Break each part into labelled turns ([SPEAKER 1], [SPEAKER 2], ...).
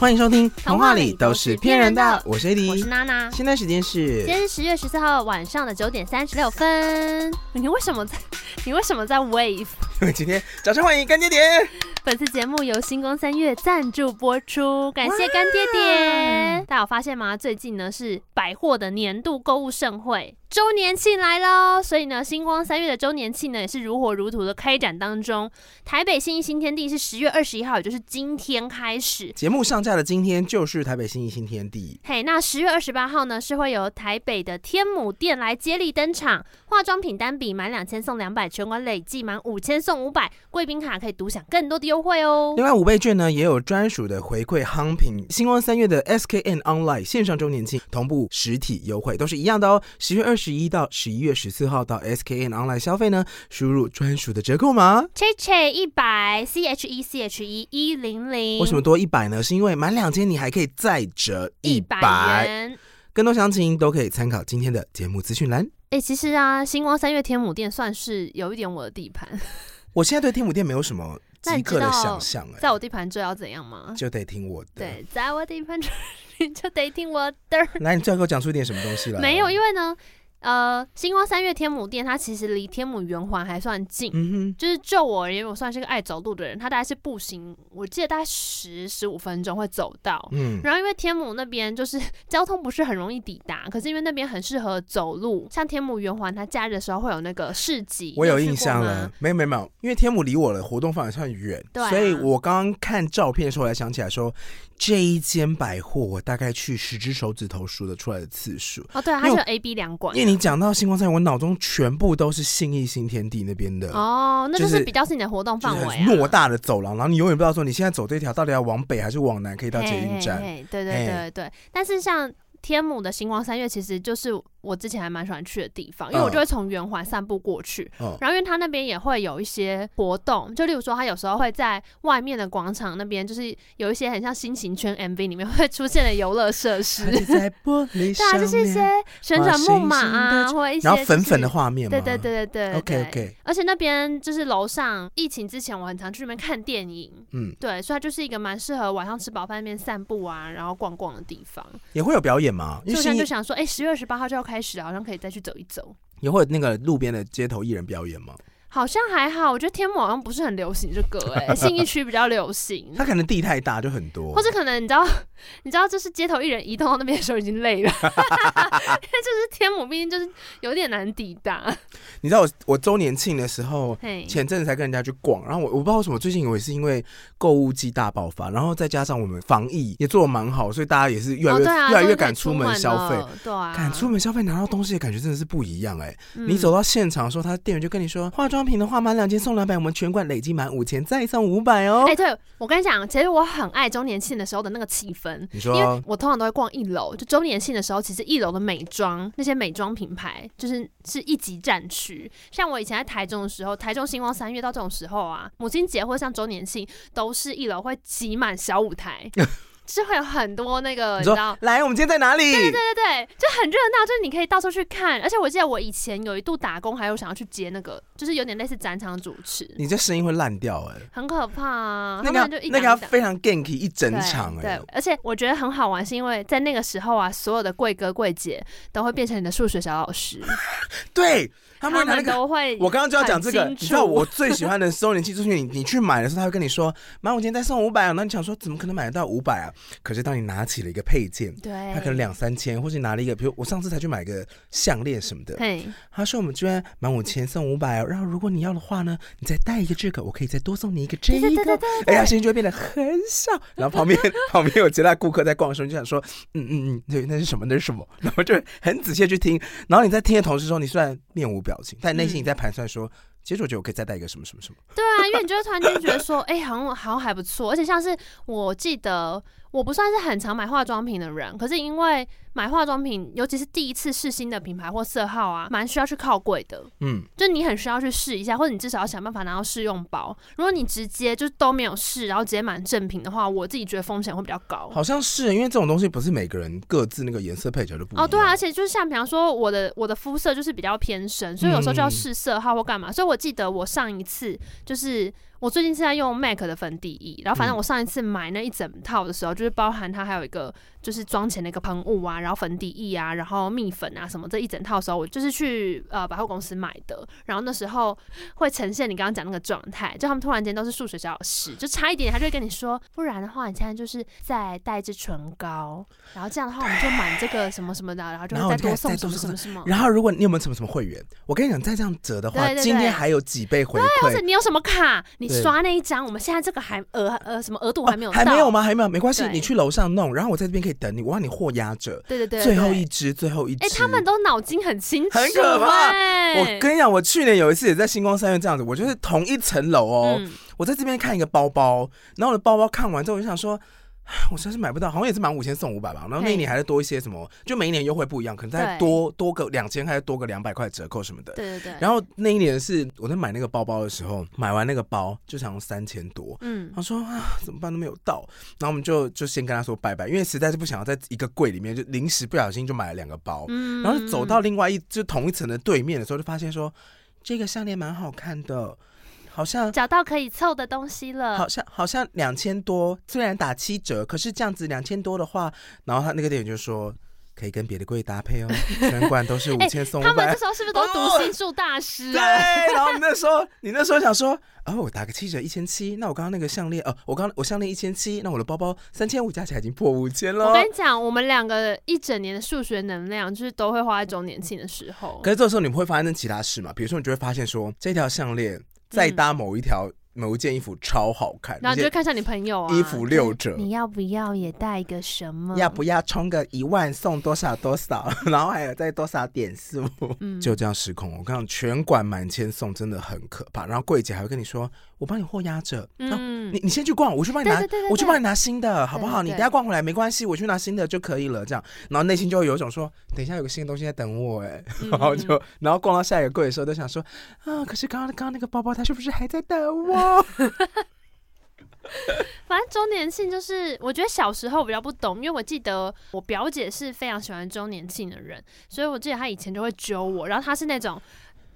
[SPEAKER 1] 欢迎收听《
[SPEAKER 2] 童话里都是骗人的
[SPEAKER 1] 我是 AD，
[SPEAKER 2] 我是娜娜。
[SPEAKER 1] 现在时间是
[SPEAKER 2] 今天是十月十四号晚上的九点三十六分。你为什么在？你为什么在 wave？
[SPEAKER 1] 今天掌声欢迎干爹爹，
[SPEAKER 2] 本次节目由星光三月赞助播出，感谢干爹爹。大家有发现吗？最近呢是百货的年度购物盛会，周年庆来喽！所以呢，星光三月的周年庆呢也是如火如荼的开展当中。台北信义新天地是十月二十一号，也就是今天开始。
[SPEAKER 1] 节目上架的今天就是台北新义新天地，
[SPEAKER 2] 嘿，那十月二十八号呢，是会由台北的天母店来接力登场。化妆品单笔满两千送两百，全馆累计满五千送五百，贵宾卡可以独享更多的优惠哦。
[SPEAKER 1] 另外五倍券呢也有专属的回馈夯品，星光三月的 SKN Online 线上周年庆同步实体优惠都是一样的哦。十月二十一到十一月十四号到 SKN Online 消费呢，输入专属的折扣码。
[SPEAKER 2] c h e 一百 C H E C H E 一零零，
[SPEAKER 1] 为什么多一百呢？是因为满两千你还可以再折一百。
[SPEAKER 2] 元？
[SPEAKER 1] 更多详情都可以参考今天的节目资讯栏。
[SPEAKER 2] 哎、其实啊，星光三月天母店算是有一点我的地盘，
[SPEAKER 1] 我现在对天母店没有什么
[SPEAKER 2] 那
[SPEAKER 1] 即
[SPEAKER 2] 你
[SPEAKER 1] 刻的
[SPEAKER 2] 知道
[SPEAKER 1] 想象、哎，
[SPEAKER 2] 在我地盘就要怎样吗？
[SPEAKER 1] 就得听我的。，
[SPEAKER 2] 对，在我地盘就 你就得听我的。
[SPEAKER 1] 来，你最后给我讲出一点什么东西来？
[SPEAKER 2] 没有，，因为呢，呃，星光三月天母店它其实离天母圆环还算近。
[SPEAKER 1] 嗯哼，
[SPEAKER 2] 就是就我而言，我算是个爱走路的人，他大概是步行，我记得大概十十五分钟会走到。
[SPEAKER 1] 嗯，
[SPEAKER 2] 然后因为天哦母那边就是 交通不是很容易抵达，可是因为那边很适合走路，像天母圆环，它假日的时候会有那个市集，
[SPEAKER 1] 我
[SPEAKER 2] 你
[SPEAKER 1] 有
[SPEAKER 2] 去
[SPEAKER 1] 印
[SPEAKER 2] 过
[SPEAKER 1] 象
[SPEAKER 2] 吗
[SPEAKER 1] 了。。没有没有没有，因为天母离我的活动范围算远，
[SPEAKER 2] 对啊
[SPEAKER 1] 所以我刚刚看照片的时候，我才想起来说，这一间百货我大概去十只手指头数得出来的次数。
[SPEAKER 2] 哦，对、啊，它
[SPEAKER 1] 因
[SPEAKER 2] 是
[SPEAKER 1] 为
[SPEAKER 2] 有 A、B 两馆
[SPEAKER 1] 因。为你讲到星光菜，我脑中全部都是信义新天地那边的。
[SPEAKER 2] 哦，那就
[SPEAKER 1] 就是
[SPEAKER 2] 是比较是你的活动
[SPEAKER 1] 就是
[SPEAKER 2] 范围、
[SPEAKER 1] 很
[SPEAKER 2] 啊，
[SPEAKER 1] 偌大的走廊，然后你永远不知道说你现在走这条到底要往北还是往南，可以到捷运站。
[SPEAKER 2] 嘿嘿嘿对对对对，但是像天母的星光三月，其实就是我之前还蛮喜欢去的地方，因为我
[SPEAKER 1] 嗯
[SPEAKER 2] 就会从圆环散步过去。
[SPEAKER 1] 嗯
[SPEAKER 2] 然后因为它那边也会有一些活动，就例如说，它有时候会在外面的广场那边，就是有一些很像新型圈 MV 里面 会出现的游乐设施。
[SPEAKER 1] 它就在玻璃
[SPEAKER 2] 对 啊，就是一些旋转木马啊，或一些、
[SPEAKER 1] 然后粉粉的。画面嘛。
[SPEAKER 2] 对对对对对
[SPEAKER 1] OK OK，
[SPEAKER 2] 而且那边就是楼上，疫情之前我很常去那边看电影，
[SPEAKER 1] 嗯，
[SPEAKER 2] 对，所以它就是一个蛮适合晚上吃饱饭那边散步啊，然后逛逛的地方。
[SPEAKER 1] 也会有表演嘛，
[SPEAKER 2] 所
[SPEAKER 1] 因
[SPEAKER 2] 以
[SPEAKER 1] 为
[SPEAKER 2] 我现在
[SPEAKER 1] 新
[SPEAKER 2] 就想说，哎、十月二十八号就要开始了，好像可以再去走一走。
[SPEAKER 1] 也会有那个路边的街头艺人表演嘛。
[SPEAKER 2] 好像还好，我觉得天母好像不是很流行这个、哎，信义区比较流行，
[SPEAKER 1] 他可能地 太大就很多，
[SPEAKER 2] 或者可能你知道，你知道，就是街头艺人移动到那边的时候已经累了， 因为就是天母毕竟就是有点难抵达。
[SPEAKER 1] 你知道我我周年庆的时候。
[SPEAKER 2] 嘿，
[SPEAKER 1] 前阵子才跟人家去逛，然后我我不知道为什么最近我也是因为购物季大爆发，然后再加上我们防疫也做的蛮好，所以大家也是越来
[SPEAKER 2] 哦
[SPEAKER 1] 越、
[SPEAKER 2] 对啊、
[SPEAKER 1] 越来
[SPEAKER 2] 终于可
[SPEAKER 1] 越
[SPEAKER 2] 以
[SPEAKER 1] 敢出门消费，
[SPEAKER 2] 了，对啊，
[SPEAKER 1] 敢出门消费拿到东西的感觉真的是不一样哎、
[SPEAKER 2] 嗯，
[SPEAKER 1] 你走到现场的时候，他店员就跟你说，化妆品的话满两千送两百，我们全馆累计满五千再送五百哦
[SPEAKER 2] 哎、。对我跟你讲，其实我很爱周年庆的时候的那个气氛。
[SPEAKER 1] 你
[SPEAKER 2] 因为
[SPEAKER 1] 说
[SPEAKER 2] 我通常都会逛一楼，就周年庆的时候，其实一楼的美妆那些美妆品牌就是是一级战区。像我以前在台中的时候，台中星光三月到这种时候啊，母亲节或像周年庆，都是一楼会挤满小舞 台，就是会有很多那个
[SPEAKER 1] 你
[SPEAKER 2] 呃你知道
[SPEAKER 1] 说来，我们今天在哪里？对
[SPEAKER 2] 对对对，就很热闹，就是你可以到处去看。而且我记得我以前有一度打工，还有想要去接那个，就是有点类似展场主持，
[SPEAKER 1] 你这声音会烂掉哎、
[SPEAKER 2] 很可怕啊。
[SPEAKER 1] 那
[SPEAKER 2] 他
[SPEAKER 1] 个要
[SPEAKER 2] 们就一
[SPEAKER 1] 那
[SPEAKER 2] 档一
[SPEAKER 1] 个要
[SPEAKER 2] 档。
[SPEAKER 1] 非常 ganky 一整场
[SPEAKER 2] 对
[SPEAKER 1] 哎、
[SPEAKER 2] 对，而且我觉得很好玩，是因为在那个时候啊，所有的贵哥贵姐都会变成你的数学小老师，
[SPEAKER 1] 对， 他
[SPEAKER 2] 他
[SPEAKER 1] 们会拿那
[SPEAKER 2] 们
[SPEAKER 1] 个。
[SPEAKER 2] 都会。
[SPEAKER 1] 我刚刚就要讲这个，
[SPEAKER 2] 很
[SPEAKER 1] 你
[SPEAKER 2] 清
[SPEAKER 1] 知
[SPEAKER 2] 楚
[SPEAKER 1] 道我最喜欢的周年庆就是你，你去买的时候，他会跟你说：“妈，我今天再送五百啊。”那你想说，怎么可能买得到五百啊？可是当你拿起了一个配件，
[SPEAKER 2] 对，
[SPEAKER 1] 他可能两三千，或是拿了一个，比如我上次才去买个项链什么的，
[SPEAKER 2] 嘿，
[SPEAKER 1] 他说我们居然满五千送五百哦，然后如果你要的话呢，你再带一个这个，我可以再多送你一个这
[SPEAKER 2] 对对对对
[SPEAKER 1] 个。
[SPEAKER 2] 对
[SPEAKER 1] 哎呀，
[SPEAKER 2] 对
[SPEAKER 1] 声音就会变得很小。然后旁边旁边有其他顾客在逛的时候，就想说，嗯嗯嗯，对，那是什么？那是什么？然后就很仔细地去听。然后你在听的同时说，你虽然面无表情，但内心你在盘算说，其实我觉得我可以再带一个什么什么什么。
[SPEAKER 2] 对啊，因为你就会突然间觉得说，哎，好像好像还不错，而且像是我记得。我不算是很常买化妆品的人，可是因为买化妆品，尤其是第一次试新的品牌或色号啊，蛮需要去靠柜的。
[SPEAKER 1] 嗯，
[SPEAKER 2] 就你很需要去试一下，或者你至少要想办法拿到试用包。如果你直接就都没有试，然后直接买正品的话，我自己觉得风险会比较高。
[SPEAKER 1] 好像是因为这种东西不是每个人各自那个颜色配起来都不一
[SPEAKER 2] 哦
[SPEAKER 1] 样。
[SPEAKER 2] 啊哦，对啊，而且就是像比方说我的我的肤色就是比较偏深，所以有时候就要试色号或干嘛，所以我我记得我上一次就是我最近是在用 MAC 的粉底液，然后
[SPEAKER 1] 嗯
[SPEAKER 2] 反正我上一次买那一整套的时候，就是包含它还有一个就是妆前的一个喷雾啊，然后粉底液啊，然后蜜粉啊什么这一整套的时候，我就是去呃百货公司买的，然后那时候会呈现你刚刚讲那个状态，就他们突然间都是数学小老师，就差一点他就会跟你说，不然的话你现在就是再带一支唇膏，然后这样的话我们就满这个什么什么的，然后就
[SPEAKER 1] 然后
[SPEAKER 2] 会再
[SPEAKER 1] 你
[SPEAKER 2] 多
[SPEAKER 1] 看
[SPEAKER 2] 送
[SPEAKER 1] 再
[SPEAKER 2] 什么
[SPEAKER 1] 多
[SPEAKER 2] 什么什么。
[SPEAKER 1] 然后，如果你有没有什么什么会员，我跟你讲，再这样折的话，
[SPEAKER 2] 对对
[SPEAKER 1] 今
[SPEAKER 2] 对
[SPEAKER 1] 天还有几倍回
[SPEAKER 2] 或
[SPEAKER 1] 馈
[SPEAKER 2] 者，你有什么卡，你
[SPEAKER 1] 对
[SPEAKER 2] 刷那一张，我们现在这个还额呃什么额度
[SPEAKER 1] 哦
[SPEAKER 2] 还没有到，
[SPEAKER 1] 还没有吗？还没有，没关系，
[SPEAKER 2] 对
[SPEAKER 1] 你去楼上弄，然后我在这边可以等你，我让你货压折，
[SPEAKER 2] 对对对，
[SPEAKER 1] 最后
[SPEAKER 2] 对
[SPEAKER 1] 一。支，最后一支。
[SPEAKER 2] 哎、他们都脑筋很清楚、欸，哎
[SPEAKER 1] 很可怕我
[SPEAKER 2] 我
[SPEAKER 1] 跟你讲，我去年有一次也在星光三月这样子，我就是同一层楼哦，
[SPEAKER 2] 嗯，
[SPEAKER 1] 我在这边看一个包包，然后我的包包看完之后，我就想说。唉我真是买不到，好像也是满五千送五百吧，然后那一年还是多一些什么，就每一年优惠不一样，可能再
[SPEAKER 2] 对
[SPEAKER 1] 多多个两千，还是多个两百块折扣什么的。
[SPEAKER 2] 对对对，
[SPEAKER 1] 然后那一年是我在买那个包包的时候，买完那个包就想三千多，
[SPEAKER 2] 嗯
[SPEAKER 1] 他说啊怎么办都没有到，然后我们就就先跟他说拜拜，因为实在是不想要在一个柜里面就临时不小心就买了两个包，
[SPEAKER 2] 嗯
[SPEAKER 1] 然后就走到另外一就同一层的对面的时候，就发现说这个项链蛮好看的，好像。
[SPEAKER 2] 找到可以凑的东西了
[SPEAKER 1] 好，像好像两千多，虽然打七折，可是这样子两千多的话，然后他那个店员就说可以跟别的柜搭配哦，全馆 都是五千送五
[SPEAKER 2] 哎他们
[SPEAKER 1] 百
[SPEAKER 2] 这。时候是不是都读心术大师
[SPEAKER 1] 对，
[SPEAKER 2] 啊？
[SPEAKER 1] 然后你那时候，你那时候想说，哦，我打个七折一千七，那我刚刚那个项链，哦，我刚我项链一千七，那我的包包三千五，加起来已经破五千
[SPEAKER 2] 我
[SPEAKER 1] 了。哦
[SPEAKER 2] 跟你讲，我们两个一整年的数学能量，就是都会花在周年庆的时候
[SPEAKER 1] 可。是这时候你们会发生其他事嘛？比如说，你就会发现说，这条项链再搭某一条、某一件衣服超好看，
[SPEAKER 2] 然后你就会
[SPEAKER 1] 而且
[SPEAKER 2] 看向你朋友啊，
[SPEAKER 1] 衣服六折
[SPEAKER 2] 就是你要不要也带一个什么？
[SPEAKER 1] 要不要充个一万送多少多少， 然后还有再多少点数，
[SPEAKER 2] 嗯
[SPEAKER 1] 就这样失控。我跟你讲，全馆满千送真的很可怕。然后柜姐还会跟你说，我帮你货压着，啊
[SPEAKER 2] 嗯
[SPEAKER 1] 你你先去逛，我去帮你拿，
[SPEAKER 2] 对对对对
[SPEAKER 1] 我去帮你拿新的，好不好？
[SPEAKER 2] 对对
[SPEAKER 1] 你等一下逛回来没关系，我去拿新的就可以了。这样，然后内心就会有一种说，等一下有个新的东西在等我、哎、
[SPEAKER 2] 嗯
[SPEAKER 1] 然后就，然后逛到下一个柜的时候，都想说，啊，可是刚刚刚刚那个包包，它是不是还在等我？
[SPEAKER 2] 反正周年庆就是，我觉得小时候比较不懂，因为我记得我表姐是非常喜欢周年庆的人，所以我记得她以前就会揪我，然后她是那种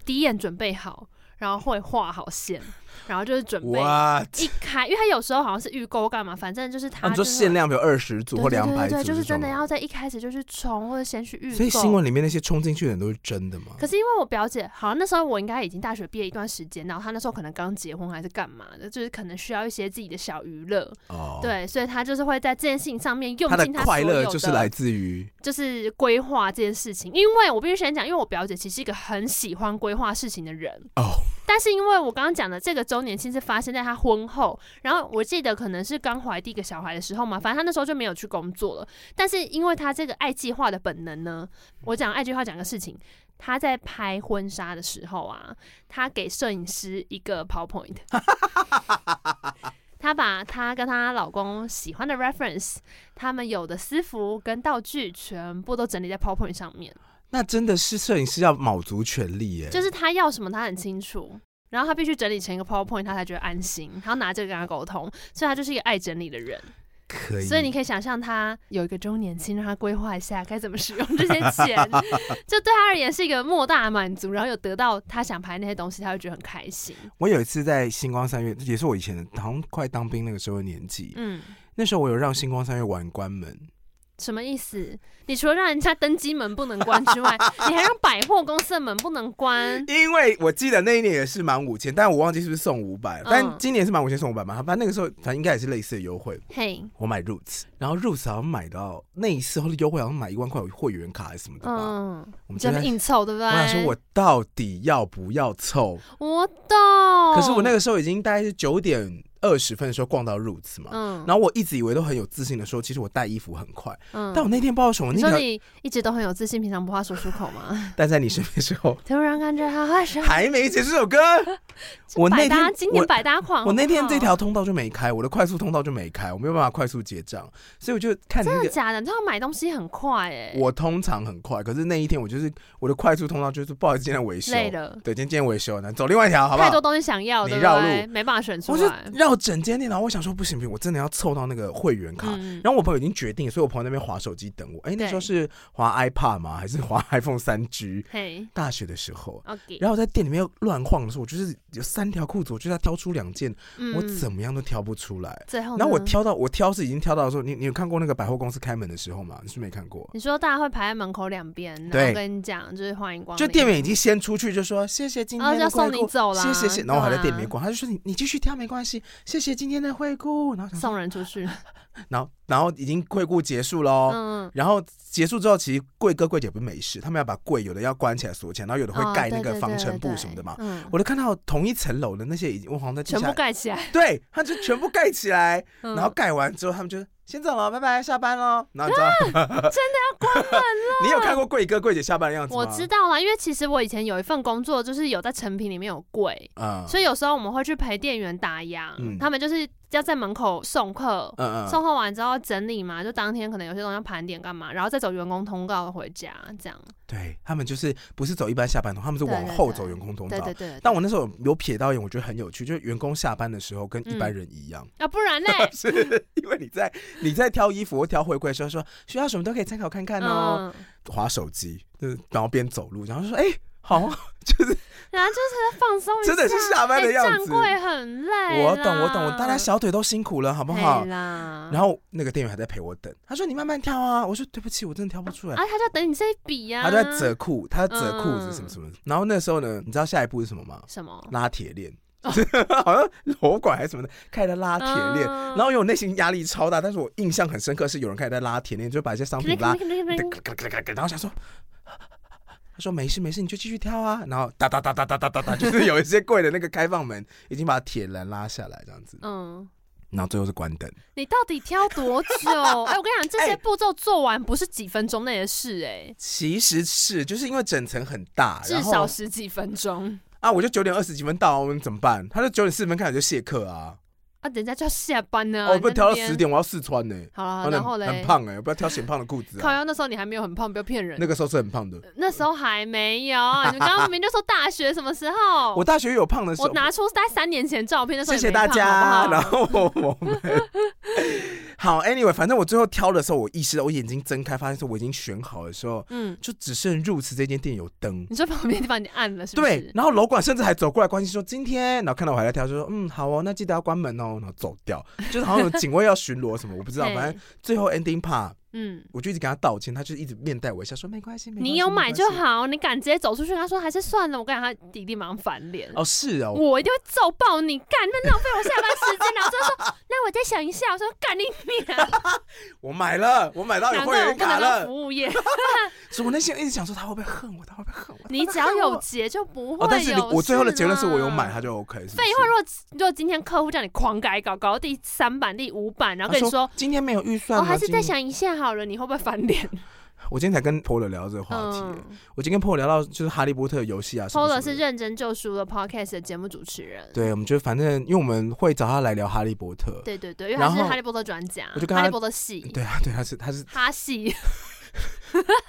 [SPEAKER 2] 第一眼准备好，然后会画好线，然后就是准备
[SPEAKER 1] 哇，
[SPEAKER 2] 一开，因为她有时候好像是预购干嘛，反正就是她、
[SPEAKER 1] 啊你说
[SPEAKER 2] 就是
[SPEAKER 1] 限量，比如二十组
[SPEAKER 2] 对
[SPEAKER 1] 或
[SPEAKER 2] 对
[SPEAKER 1] 两百组
[SPEAKER 2] 对对，
[SPEAKER 1] 这种吗，
[SPEAKER 2] 就是真的要在一开始就去冲或者先去预购。
[SPEAKER 1] 所以新闻里面那些冲进去的人都是真的吗？
[SPEAKER 2] 可是因为我表姐，好像那时候我应该已经大学毕业一段时间，然后她那时候可能刚结婚还是干嘛的，就是可能需要一些自己的小娱乐，
[SPEAKER 1] 哦，，
[SPEAKER 2] 对，所以他就是会在这件事情上面用
[SPEAKER 1] 他的
[SPEAKER 2] 尽所
[SPEAKER 1] 快
[SPEAKER 2] 有
[SPEAKER 1] 乐
[SPEAKER 2] 的，
[SPEAKER 1] 就是来自于
[SPEAKER 2] 就是规划这件事情。因为我必须先讲，因为我表姐其实是一个很喜欢规划事情的人，
[SPEAKER 1] 哦，
[SPEAKER 2] 但是因为我刚刚讲的这个周年庆是发生在她婚后，然后我记得可能是刚怀第一个小孩的时候嘛，反正她那时候就没有去工作了。但是因为她这个爱计划的本能呢，我讲爱计划讲个事情。她在拍婚纱的时候啊，她给摄影师一个 PowerPoint，她把她跟她老公喜欢的 reference，他们有的私服跟道具全部都整理在 PowerPoint 上面。
[SPEAKER 1] 那真的是摄影师要卯足全力耶，
[SPEAKER 2] 就是他要什么他很清楚，然后他必须整理成一个 PowerPoint，他才觉得安心，他要拿这个跟他沟通，所以他就是一个爱整理的人。
[SPEAKER 1] 可以，
[SPEAKER 2] 所以你可以想象他有一个周年庆，让他规划一下该怎么使用这些 钱，就对他而言是一个莫大的满足，然后有得到他想拍那些东西，他会觉得很开心。
[SPEAKER 1] 我有一次在星光三月，也是我以前的，好像快当兵那个时候的年纪，
[SPEAKER 2] 嗯，
[SPEAKER 1] 那时候我有让星光三月玩关门，
[SPEAKER 2] 什么意思？你除了让人家登机门不能关之 外，你还让百货公司的门不能关？
[SPEAKER 1] 因为我记得那一年也是满五千，但我忘记是不是送五百、
[SPEAKER 2] 嗯
[SPEAKER 1] 但今年是满五千送五百嘛，反正那个时候反正应该也是类似的优惠。
[SPEAKER 2] 嘿，
[SPEAKER 1] 我买 Roots，然后 Roots 好像买到那一次后的优惠好像买一万块会员卡还是什么的吧，
[SPEAKER 2] 嗯，
[SPEAKER 1] 我
[SPEAKER 2] 你
[SPEAKER 1] 们
[SPEAKER 2] 这
[SPEAKER 1] 真
[SPEAKER 2] 么
[SPEAKER 1] 的。
[SPEAKER 2] 硬凑，对不对？
[SPEAKER 1] 我想说，我到底要不要凑？
[SPEAKER 2] 我懂。
[SPEAKER 1] 可是我那个时候已经大概是九点二十分的时候逛到 Roots 嘛，
[SPEAKER 2] 嗯，
[SPEAKER 1] 然后我一直以为都很有自信的说，其实我带衣服很快，
[SPEAKER 2] 嗯
[SPEAKER 1] 但我那天不知道为什么，哦
[SPEAKER 2] 你
[SPEAKER 1] 那条
[SPEAKER 2] 说你一直都很有自信，平常不怕说出口吗？
[SPEAKER 1] 但在你身边之后，
[SPEAKER 2] 突然感觉好害羞。
[SPEAKER 1] 还没结束这首歌， 我那天
[SPEAKER 2] 百搭，今年
[SPEAKER 1] 我
[SPEAKER 2] 百搭哦款好不好。
[SPEAKER 1] 我那天这条通道就没开，我的快速通道就没开，我没有办法快速结账，所以我就看那
[SPEAKER 2] 真的
[SPEAKER 1] 个。
[SPEAKER 2] 假的？你知道买东西很快哎、
[SPEAKER 1] 我通常很快，可是那一天我就是我的快速通道就是不好意思，今天维修，
[SPEAKER 2] 累了，
[SPEAKER 1] 对，今天今天维修，那走另外一条好不
[SPEAKER 2] 太
[SPEAKER 1] 好
[SPEAKER 2] 多？东西想要，
[SPEAKER 1] 你
[SPEAKER 2] 对不
[SPEAKER 1] 绕
[SPEAKER 2] 对？
[SPEAKER 1] 路
[SPEAKER 2] 没办法选出
[SPEAKER 1] 我就
[SPEAKER 2] 来。
[SPEAKER 1] 绕到整间店，然后我想说不行不行，我真的要凑到那个会员卡。
[SPEAKER 2] 嗯，
[SPEAKER 1] 然后我朋友已经决定，所以我朋友在那边划手机等我。哎、那时候是划 iPad 吗？还是划 iPhone 三 G？
[SPEAKER 2] 嘿
[SPEAKER 1] 大学的时候，
[SPEAKER 2] ，OK，
[SPEAKER 1] 然后我在店里面乱晃的时候，我就是有三条裤子，我就是要挑出两件，
[SPEAKER 2] 嗯
[SPEAKER 1] 我怎么样都挑不出来。
[SPEAKER 2] 最后呢，
[SPEAKER 1] 然后我挑到我挑是已经挑到的时候，你你有看过那个百货公司开门的时候吗？你是没看过，
[SPEAKER 2] 你说大家会排在门口两边，然后
[SPEAKER 1] 对
[SPEAKER 2] 跟你讲就是欢迎光临，
[SPEAKER 1] 就店员已经先出去就说谢谢今
[SPEAKER 2] 然后
[SPEAKER 1] 天的
[SPEAKER 2] 哦就要
[SPEAKER 1] 惠
[SPEAKER 2] 送你
[SPEAKER 1] 顾，
[SPEAKER 2] 走啦，
[SPEAKER 1] 谢谢谢，然后我还在店里面
[SPEAKER 2] 对啊
[SPEAKER 1] 逛，他就说你你继续挑没关系，谢谢今天的惠顾，然后想说
[SPEAKER 2] 送人出去，
[SPEAKER 1] 哦然后然后已经惠顾结束喽。
[SPEAKER 2] 嗯，
[SPEAKER 1] 然后结束之后，其实柜哥柜姐不是没事，他们要把柜有的要关起来锁起来，然后有的
[SPEAKER 2] 哦
[SPEAKER 1] 会盖那
[SPEAKER 2] 对
[SPEAKER 1] 个
[SPEAKER 2] 对
[SPEAKER 1] 防
[SPEAKER 2] 对
[SPEAKER 1] 尘布
[SPEAKER 2] 对
[SPEAKER 1] 什么的嘛。
[SPEAKER 2] 嗯，
[SPEAKER 1] 我都看到同一层楼的那些已经，我好像在地
[SPEAKER 2] 全部
[SPEAKER 1] 下，
[SPEAKER 2] 盖起来，
[SPEAKER 1] 对，他就全部盖起来，
[SPEAKER 2] 嗯
[SPEAKER 1] 然后盖完之后，他们就先走了，拜拜，下班喽。然后你知道，
[SPEAKER 2] 啊
[SPEAKER 1] 真的要关门了。你有看过柜哥柜姐下班的样子吗？
[SPEAKER 2] 我知，道啦，因为其实我以前有一份工作，就是有在成品里面有柜，
[SPEAKER 1] 嗯，
[SPEAKER 2] 所以有时候我们会去陪店员打烊，
[SPEAKER 1] 嗯
[SPEAKER 2] 他们就是要在门口送客。
[SPEAKER 1] 嗯
[SPEAKER 2] 送
[SPEAKER 1] 嗯，
[SPEAKER 2] 客完之后整理嘛，就当天可能有些东西要盘点干嘛，然后再走员工通道回家，这样。
[SPEAKER 1] 对他们就是不是走一般下班通，他们是
[SPEAKER 2] 对
[SPEAKER 1] 往
[SPEAKER 2] 对
[SPEAKER 1] 后
[SPEAKER 2] 对
[SPEAKER 1] 走员工通
[SPEAKER 2] 对对
[SPEAKER 1] 道。
[SPEAKER 2] 对，
[SPEAKER 1] 但我那时候有瞥到一眼，我觉得很有趣，就是员工下班的时候跟一般人一样，
[SPEAKER 2] 啊，不然 嘞，
[SPEAKER 1] 是因为你在你在挑衣服或挑回柜的时候说需要什么都可以参考看看哦，
[SPEAKER 2] 嗯，
[SPEAKER 1] 划手机，就是然后边走路，然后说哎、好，就是
[SPEAKER 2] 然后就是放松一下，
[SPEAKER 1] 真的是下班的
[SPEAKER 2] 哎
[SPEAKER 1] 样
[SPEAKER 2] 站
[SPEAKER 1] 子
[SPEAKER 2] 柜很累，
[SPEAKER 1] 我懂我懂，我大家小腿都辛苦了，好
[SPEAKER 2] 好
[SPEAKER 1] 不好？
[SPEAKER 2] 啦，
[SPEAKER 1] 然后那个店员还在陪我等，他说你慢慢挑啊，我说对不起，我真的挑不出来。
[SPEAKER 2] 啊，他就等你这一笔呀、
[SPEAKER 1] 他就在折裤，他在折裤
[SPEAKER 2] 嗯
[SPEAKER 1] 子什么什么。然后那时候呢，你知道下一步是什么吗？
[SPEAKER 2] 什么
[SPEAKER 1] 拉铁链，好像楼管还是什么的，开始在拉铁链。
[SPEAKER 2] 嗯
[SPEAKER 1] 然后因为我内心压力超大，但是我印象很深刻，是有人开始在拉铁链，就把一些 商品拉，然后想说。他说没事没事，你就继续挑啊。然后哒哒哒哒哒哒哒哒，就是有一些柜的那个开放门已经把铁栏拉下来这样子，
[SPEAKER 2] 嗯，
[SPEAKER 1] 然后最后是关灯。
[SPEAKER 2] 你到底挑 多久？哎、我跟你讲，这些
[SPEAKER 1] 哎
[SPEAKER 2] 步骤做完不是几分钟内的事、哎。
[SPEAKER 1] 其实是就是因为整层很大，
[SPEAKER 2] 至
[SPEAKER 1] 然后
[SPEAKER 2] 少十几分钟
[SPEAKER 1] 啊，我就九点二十几分到，我们怎么办？他就九点四十分开始就卸课啊，
[SPEAKER 2] 啊，等一下就要下班呢、
[SPEAKER 1] 哦，我被
[SPEAKER 2] 你在
[SPEAKER 1] 调
[SPEAKER 2] 那
[SPEAKER 1] 到
[SPEAKER 2] 边
[SPEAKER 1] 十。点，我要试穿呢、
[SPEAKER 2] 好了，
[SPEAKER 1] 我
[SPEAKER 2] 然
[SPEAKER 1] 很
[SPEAKER 2] 后嘞，
[SPEAKER 1] 很胖哎、我不要挑显胖的裤子
[SPEAKER 2] 靠
[SPEAKER 1] 啊。
[SPEAKER 2] 腰那时候你还没有很胖，不要骗人。
[SPEAKER 1] 那个时候是很胖的，
[SPEAKER 2] 那时候还没有，啊 你们刚刚明明就说大学什么时候？
[SPEAKER 1] 我大学有胖的时
[SPEAKER 2] 哦我
[SPEAKER 1] 候。
[SPEAKER 2] 拿出大概三年前照片，那时候
[SPEAKER 1] 谢
[SPEAKER 2] 你
[SPEAKER 1] 谢
[SPEAKER 2] 没
[SPEAKER 1] 大
[SPEAKER 2] 胖
[SPEAKER 1] 家。
[SPEAKER 2] 好不
[SPEAKER 1] 然
[SPEAKER 2] 好
[SPEAKER 1] 后我们 好，anyway，反正我最后挑的时候，我意识到我眼睛睁开，发现说我已经选好的时候，
[SPEAKER 2] 嗯，
[SPEAKER 1] 就只剩入池这间店有灯。
[SPEAKER 2] 你说旁边地方你按了是不
[SPEAKER 1] 对
[SPEAKER 2] 是，？
[SPEAKER 1] 然后楼管甚至还走过来关心说今天，然后看到我还在挑，就说嗯好哦，那记得要关门哦，然后走 掉，就是好像有警卫要巡逻什么，我不知道，
[SPEAKER 2] 嘿
[SPEAKER 1] 反正最后 ending part
[SPEAKER 2] 嗯，
[SPEAKER 1] 我就一直跟他道歉，他就一直面带微笑说没关系，没关系
[SPEAKER 2] 你有买就。
[SPEAKER 1] 没关系
[SPEAKER 2] 好，你敢直接走出去，他说还是算了，我跟你讲，他弟弟马上翻脸。
[SPEAKER 1] 哦，是哦，
[SPEAKER 2] 我一定会揍爆你！干，那浪费我下班时间。然后就说， 那我再想一下。我说，干你娘！
[SPEAKER 1] 我买了，我买到有
[SPEAKER 2] 难
[SPEAKER 1] 会
[SPEAKER 2] 怪我
[SPEAKER 1] 员
[SPEAKER 2] 不
[SPEAKER 1] 卡
[SPEAKER 2] 能当
[SPEAKER 1] 了。
[SPEAKER 2] 服务业。
[SPEAKER 1] 所以我内心一直想说他会不会恨我，他会不会恨 我？
[SPEAKER 2] 你只要有结就不会
[SPEAKER 1] 哦，
[SPEAKER 2] 有
[SPEAKER 1] 但
[SPEAKER 2] 事
[SPEAKER 1] 是
[SPEAKER 2] 啦。
[SPEAKER 1] 你我最后的结论是我有买，他就 OK 是不是。
[SPEAKER 2] 废话，如果如果今天客户叫你狂改稿，搞到第三版、第五版，然后跟你
[SPEAKER 1] 他
[SPEAKER 2] 说，
[SPEAKER 1] 今天没有预
[SPEAKER 2] 我、
[SPEAKER 1] 算啊，
[SPEAKER 2] 还是
[SPEAKER 1] 今
[SPEAKER 2] 再
[SPEAKER 1] 天。
[SPEAKER 2] 想一下好了，你会不会翻脸？
[SPEAKER 1] 我今天才跟 Polo 聊这个话题，
[SPEAKER 2] 嗯，
[SPEAKER 1] 我今天跟 Polo 聊到就是哈利波特游戏啊什么
[SPEAKER 2] Polo
[SPEAKER 1] 什
[SPEAKER 2] 是
[SPEAKER 1] 么的。
[SPEAKER 2] 认真救赎的 Podcast 的节目主持人。
[SPEAKER 1] 对，我们就反正因为我们会找他来聊哈利波特。
[SPEAKER 2] 对对对，因为
[SPEAKER 1] 然
[SPEAKER 2] 他是
[SPEAKER 1] 后
[SPEAKER 2] 哈利波特专家，
[SPEAKER 1] 我就跟
[SPEAKER 2] 哈利
[SPEAKER 1] 他
[SPEAKER 2] 波特系。
[SPEAKER 1] 对啊，对，他是他是
[SPEAKER 2] 哈系，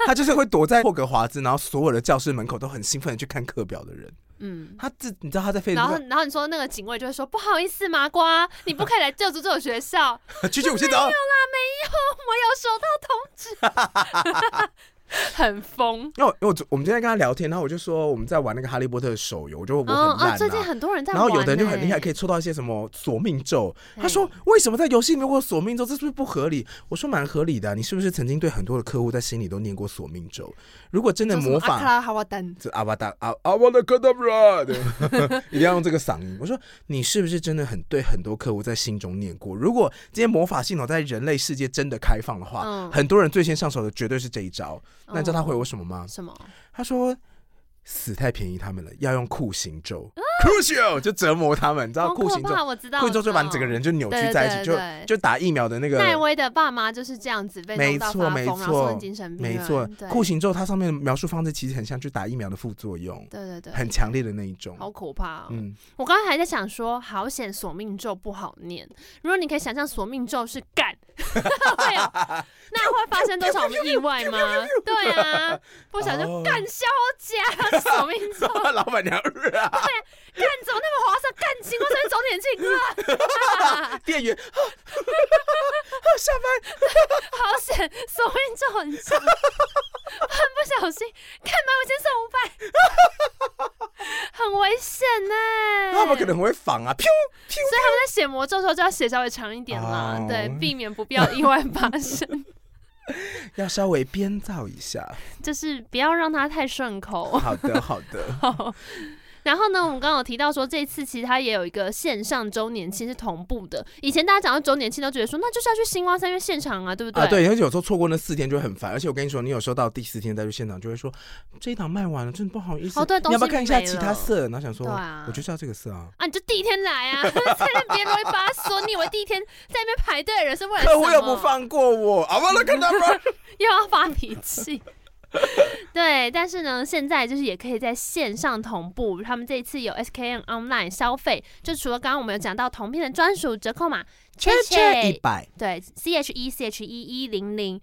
[SPEAKER 1] 他就是会躲在霍格华兹，然后所有的教室门口都很兴奋的去看课表的人。
[SPEAKER 2] 嗯，
[SPEAKER 1] 他自你知道他在飞
[SPEAKER 2] 然
[SPEAKER 1] 上
[SPEAKER 2] 后，然后你说那个警卫就会说：“不好意思，麻瓜，你不可以来救助这种学校，我
[SPEAKER 1] 去去，我先走。
[SPEAKER 2] 有收到通知。” 很疯。
[SPEAKER 1] 因为我因为我昨我们今天跟他聊天，然后我就说我们在玩那个哈利波特的手游，我就我很
[SPEAKER 2] 哦
[SPEAKER 1] 烂、
[SPEAKER 2] 哦，
[SPEAKER 1] 啊
[SPEAKER 2] 最近很多人在
[SPEAKER 1] 然
[SPEAKER 2] 玩欸、哎
[SPEAKER 1] 后有的人就很厉害，可
[SPEAKER 2] 以。
[SPEAKER 1] 以抽到一些什么索命咒。他说：“为什么在游戏里面会有索命咒？这是不是不合理？”我说：“蛮合理的啊、你是不是曾经对很多的客户在心里都念过索命咒？如果真的魔
[SPEAKER 2] 阿克
[SPEAKER 1] 法，
[SPEAKER 2] 拉哈瓦丹，
[SPEAKER 1] 这啊阿瓦达阿阿瓦达克达布拉，对 一定要用这个嗓音。我说你是不是真的很对很多客户在心中念过？如果今天魔法系统在人类世界真的开放的话，
[SPEAKER 2] 嗯
[SPEAKER 1] 啊很多人最先上手的绝对是这一招。那你知道他回我
[SPEAKER 2] 嗯
[SPEAKER 1] 什么吗？
[SPEAKER 2] 什么？
[SPEAKER 1] 他说死太便宜他们了，要用酷刑咒，
[SPEAKER 2] 啊
[SPEAKER 1] 酷刑就折磨他们，你知道
[SPEAKER 2] 好
[SPEAKER 1] 酷
[SPEAKER 2] 可
[SPEAKER 1] 刑咒，
[SPEAKER 2] 怕，我知道。
[SPEAKER 1] 酷
[SPEAKER 2] 我
[SPEAKER 1] 刑咒
[SPEAKER 2] 知
[SPEAKER 1] 就把你整个
[SPEAKER 2] 道
[SPEAKER 1] 人就扭曲
[SPEAKER 2] 对
[SPEAKER 1] 在一起，
[SPEAKER 2] 嗯对对
[SPEAKER 1] 就就打疫苗的那
[SPEAKER 2] 奈
[SPEAKER 1] 个。
[SPEAKER 2] 威的爸妈就是这样子被弄
[SPEAKER 1] 没
[SPEAKER 2] 到
[SPEAKER 1] 错
[SPEAKER 2] 发
[SPEAKER 1] 没
[SPEAKER 2] 疯，然后送进
[SPEAKER 1] 错
[SPEAKER 2] 精神病
[SPEAKER 1] 没
[SPEAKER 2] 院。
[SPEAKER 1] 错，
[SPEAKER 2] 对
[SPEAKER 1] 酷刑咒它上面的描述方式其实很像去打疫苗的副作用，
[SPEAKER 2] 对对对，
[SPEAKER 1] 很强烈的那一种。
[SPEAKER 2] 好可怕、哦。
[SPEAKER 1] 嗯，
[SPEAKER 2] 我刚刚还在想说，好险索命咒不好念。如果你可以想象索命咒是干， 会有那会发生多少意外吗？对啊，不小心
[SPEAKER 1] 哦
[SPEAKER 2] 干肖家索命咒，
[SPEAKER 1] 老板娘，呃啊
[SPEAKER 2] 干怎么那么划算？干星光三月周年庆啊！
[SPEAKER 1] 店员，啊下班
[SPEAKER 2] 好险，手运就很长， 很不小心看买我先送五百，很危险呢、哎
[SPEAKER 1] 他们可能很会仿啊，噗 噗。
[SPEAKER 2] 所以他们在写魔咒的时候就要写稍微长一点啦
[SPEAKER 1] 哦
[SPEAKER 2] 对，避免不必要的意外发生，
[SPEAKER 1] 要稍微编造一下。
[SPEAKER 2] 就是不要让它太顺口。
[SPEAKER 1] 好的，好的，
[SPEAKER 2] 然后呢，我们刚刚有提到说，这次其实它也有一个线上周年庆是同步的。以前大家讲到周年庆都觉得说，那就是要去星光三月现场啊，对不对？
[SPEAKER 1] 啊，对，而且有时候错过那四天就会很烦，而且我跟你说，你有时候到第四天再去现场，就会说这一档卖完了，真的不好意思，
[SPEAKER 2] 哦对
[SPEAKER 1] 你要不要
[SPEAKER 2] 东西
[SPEAKER 1] 看一下
[SPEAKER 2] 没
[SPEAKER 1] 其
[SPEAKER 2] 了
[SPEAKER 1] 他色？然后想说，
[SPEAKER 2] 对啊
[SPEAKER 1] 我就是要这个色啊。
[SPEAKER 2] 啊，你就第一天来啊， 在那边啰里吧嗦。你以为第一天在那边排队的人是为了
[SPEAKER 1] 客户
[SPEAKER 2] 什
[SPEAKER 1] 又
[SPEAKER 2] 么
[SPEAKER 1] 不放过我，啊，我来看 他们。
[SPEAKER 2] 又要发脾气。 对，但是呢，现在就是也可以在线上同步。他们这一次有 SKN Online 消费，就除了刚刚我们有讲到同片的专属折扣码
[SPEAKER 1] Check 一百，
[SPEAKER 2] 对 C H E C H E 一零零。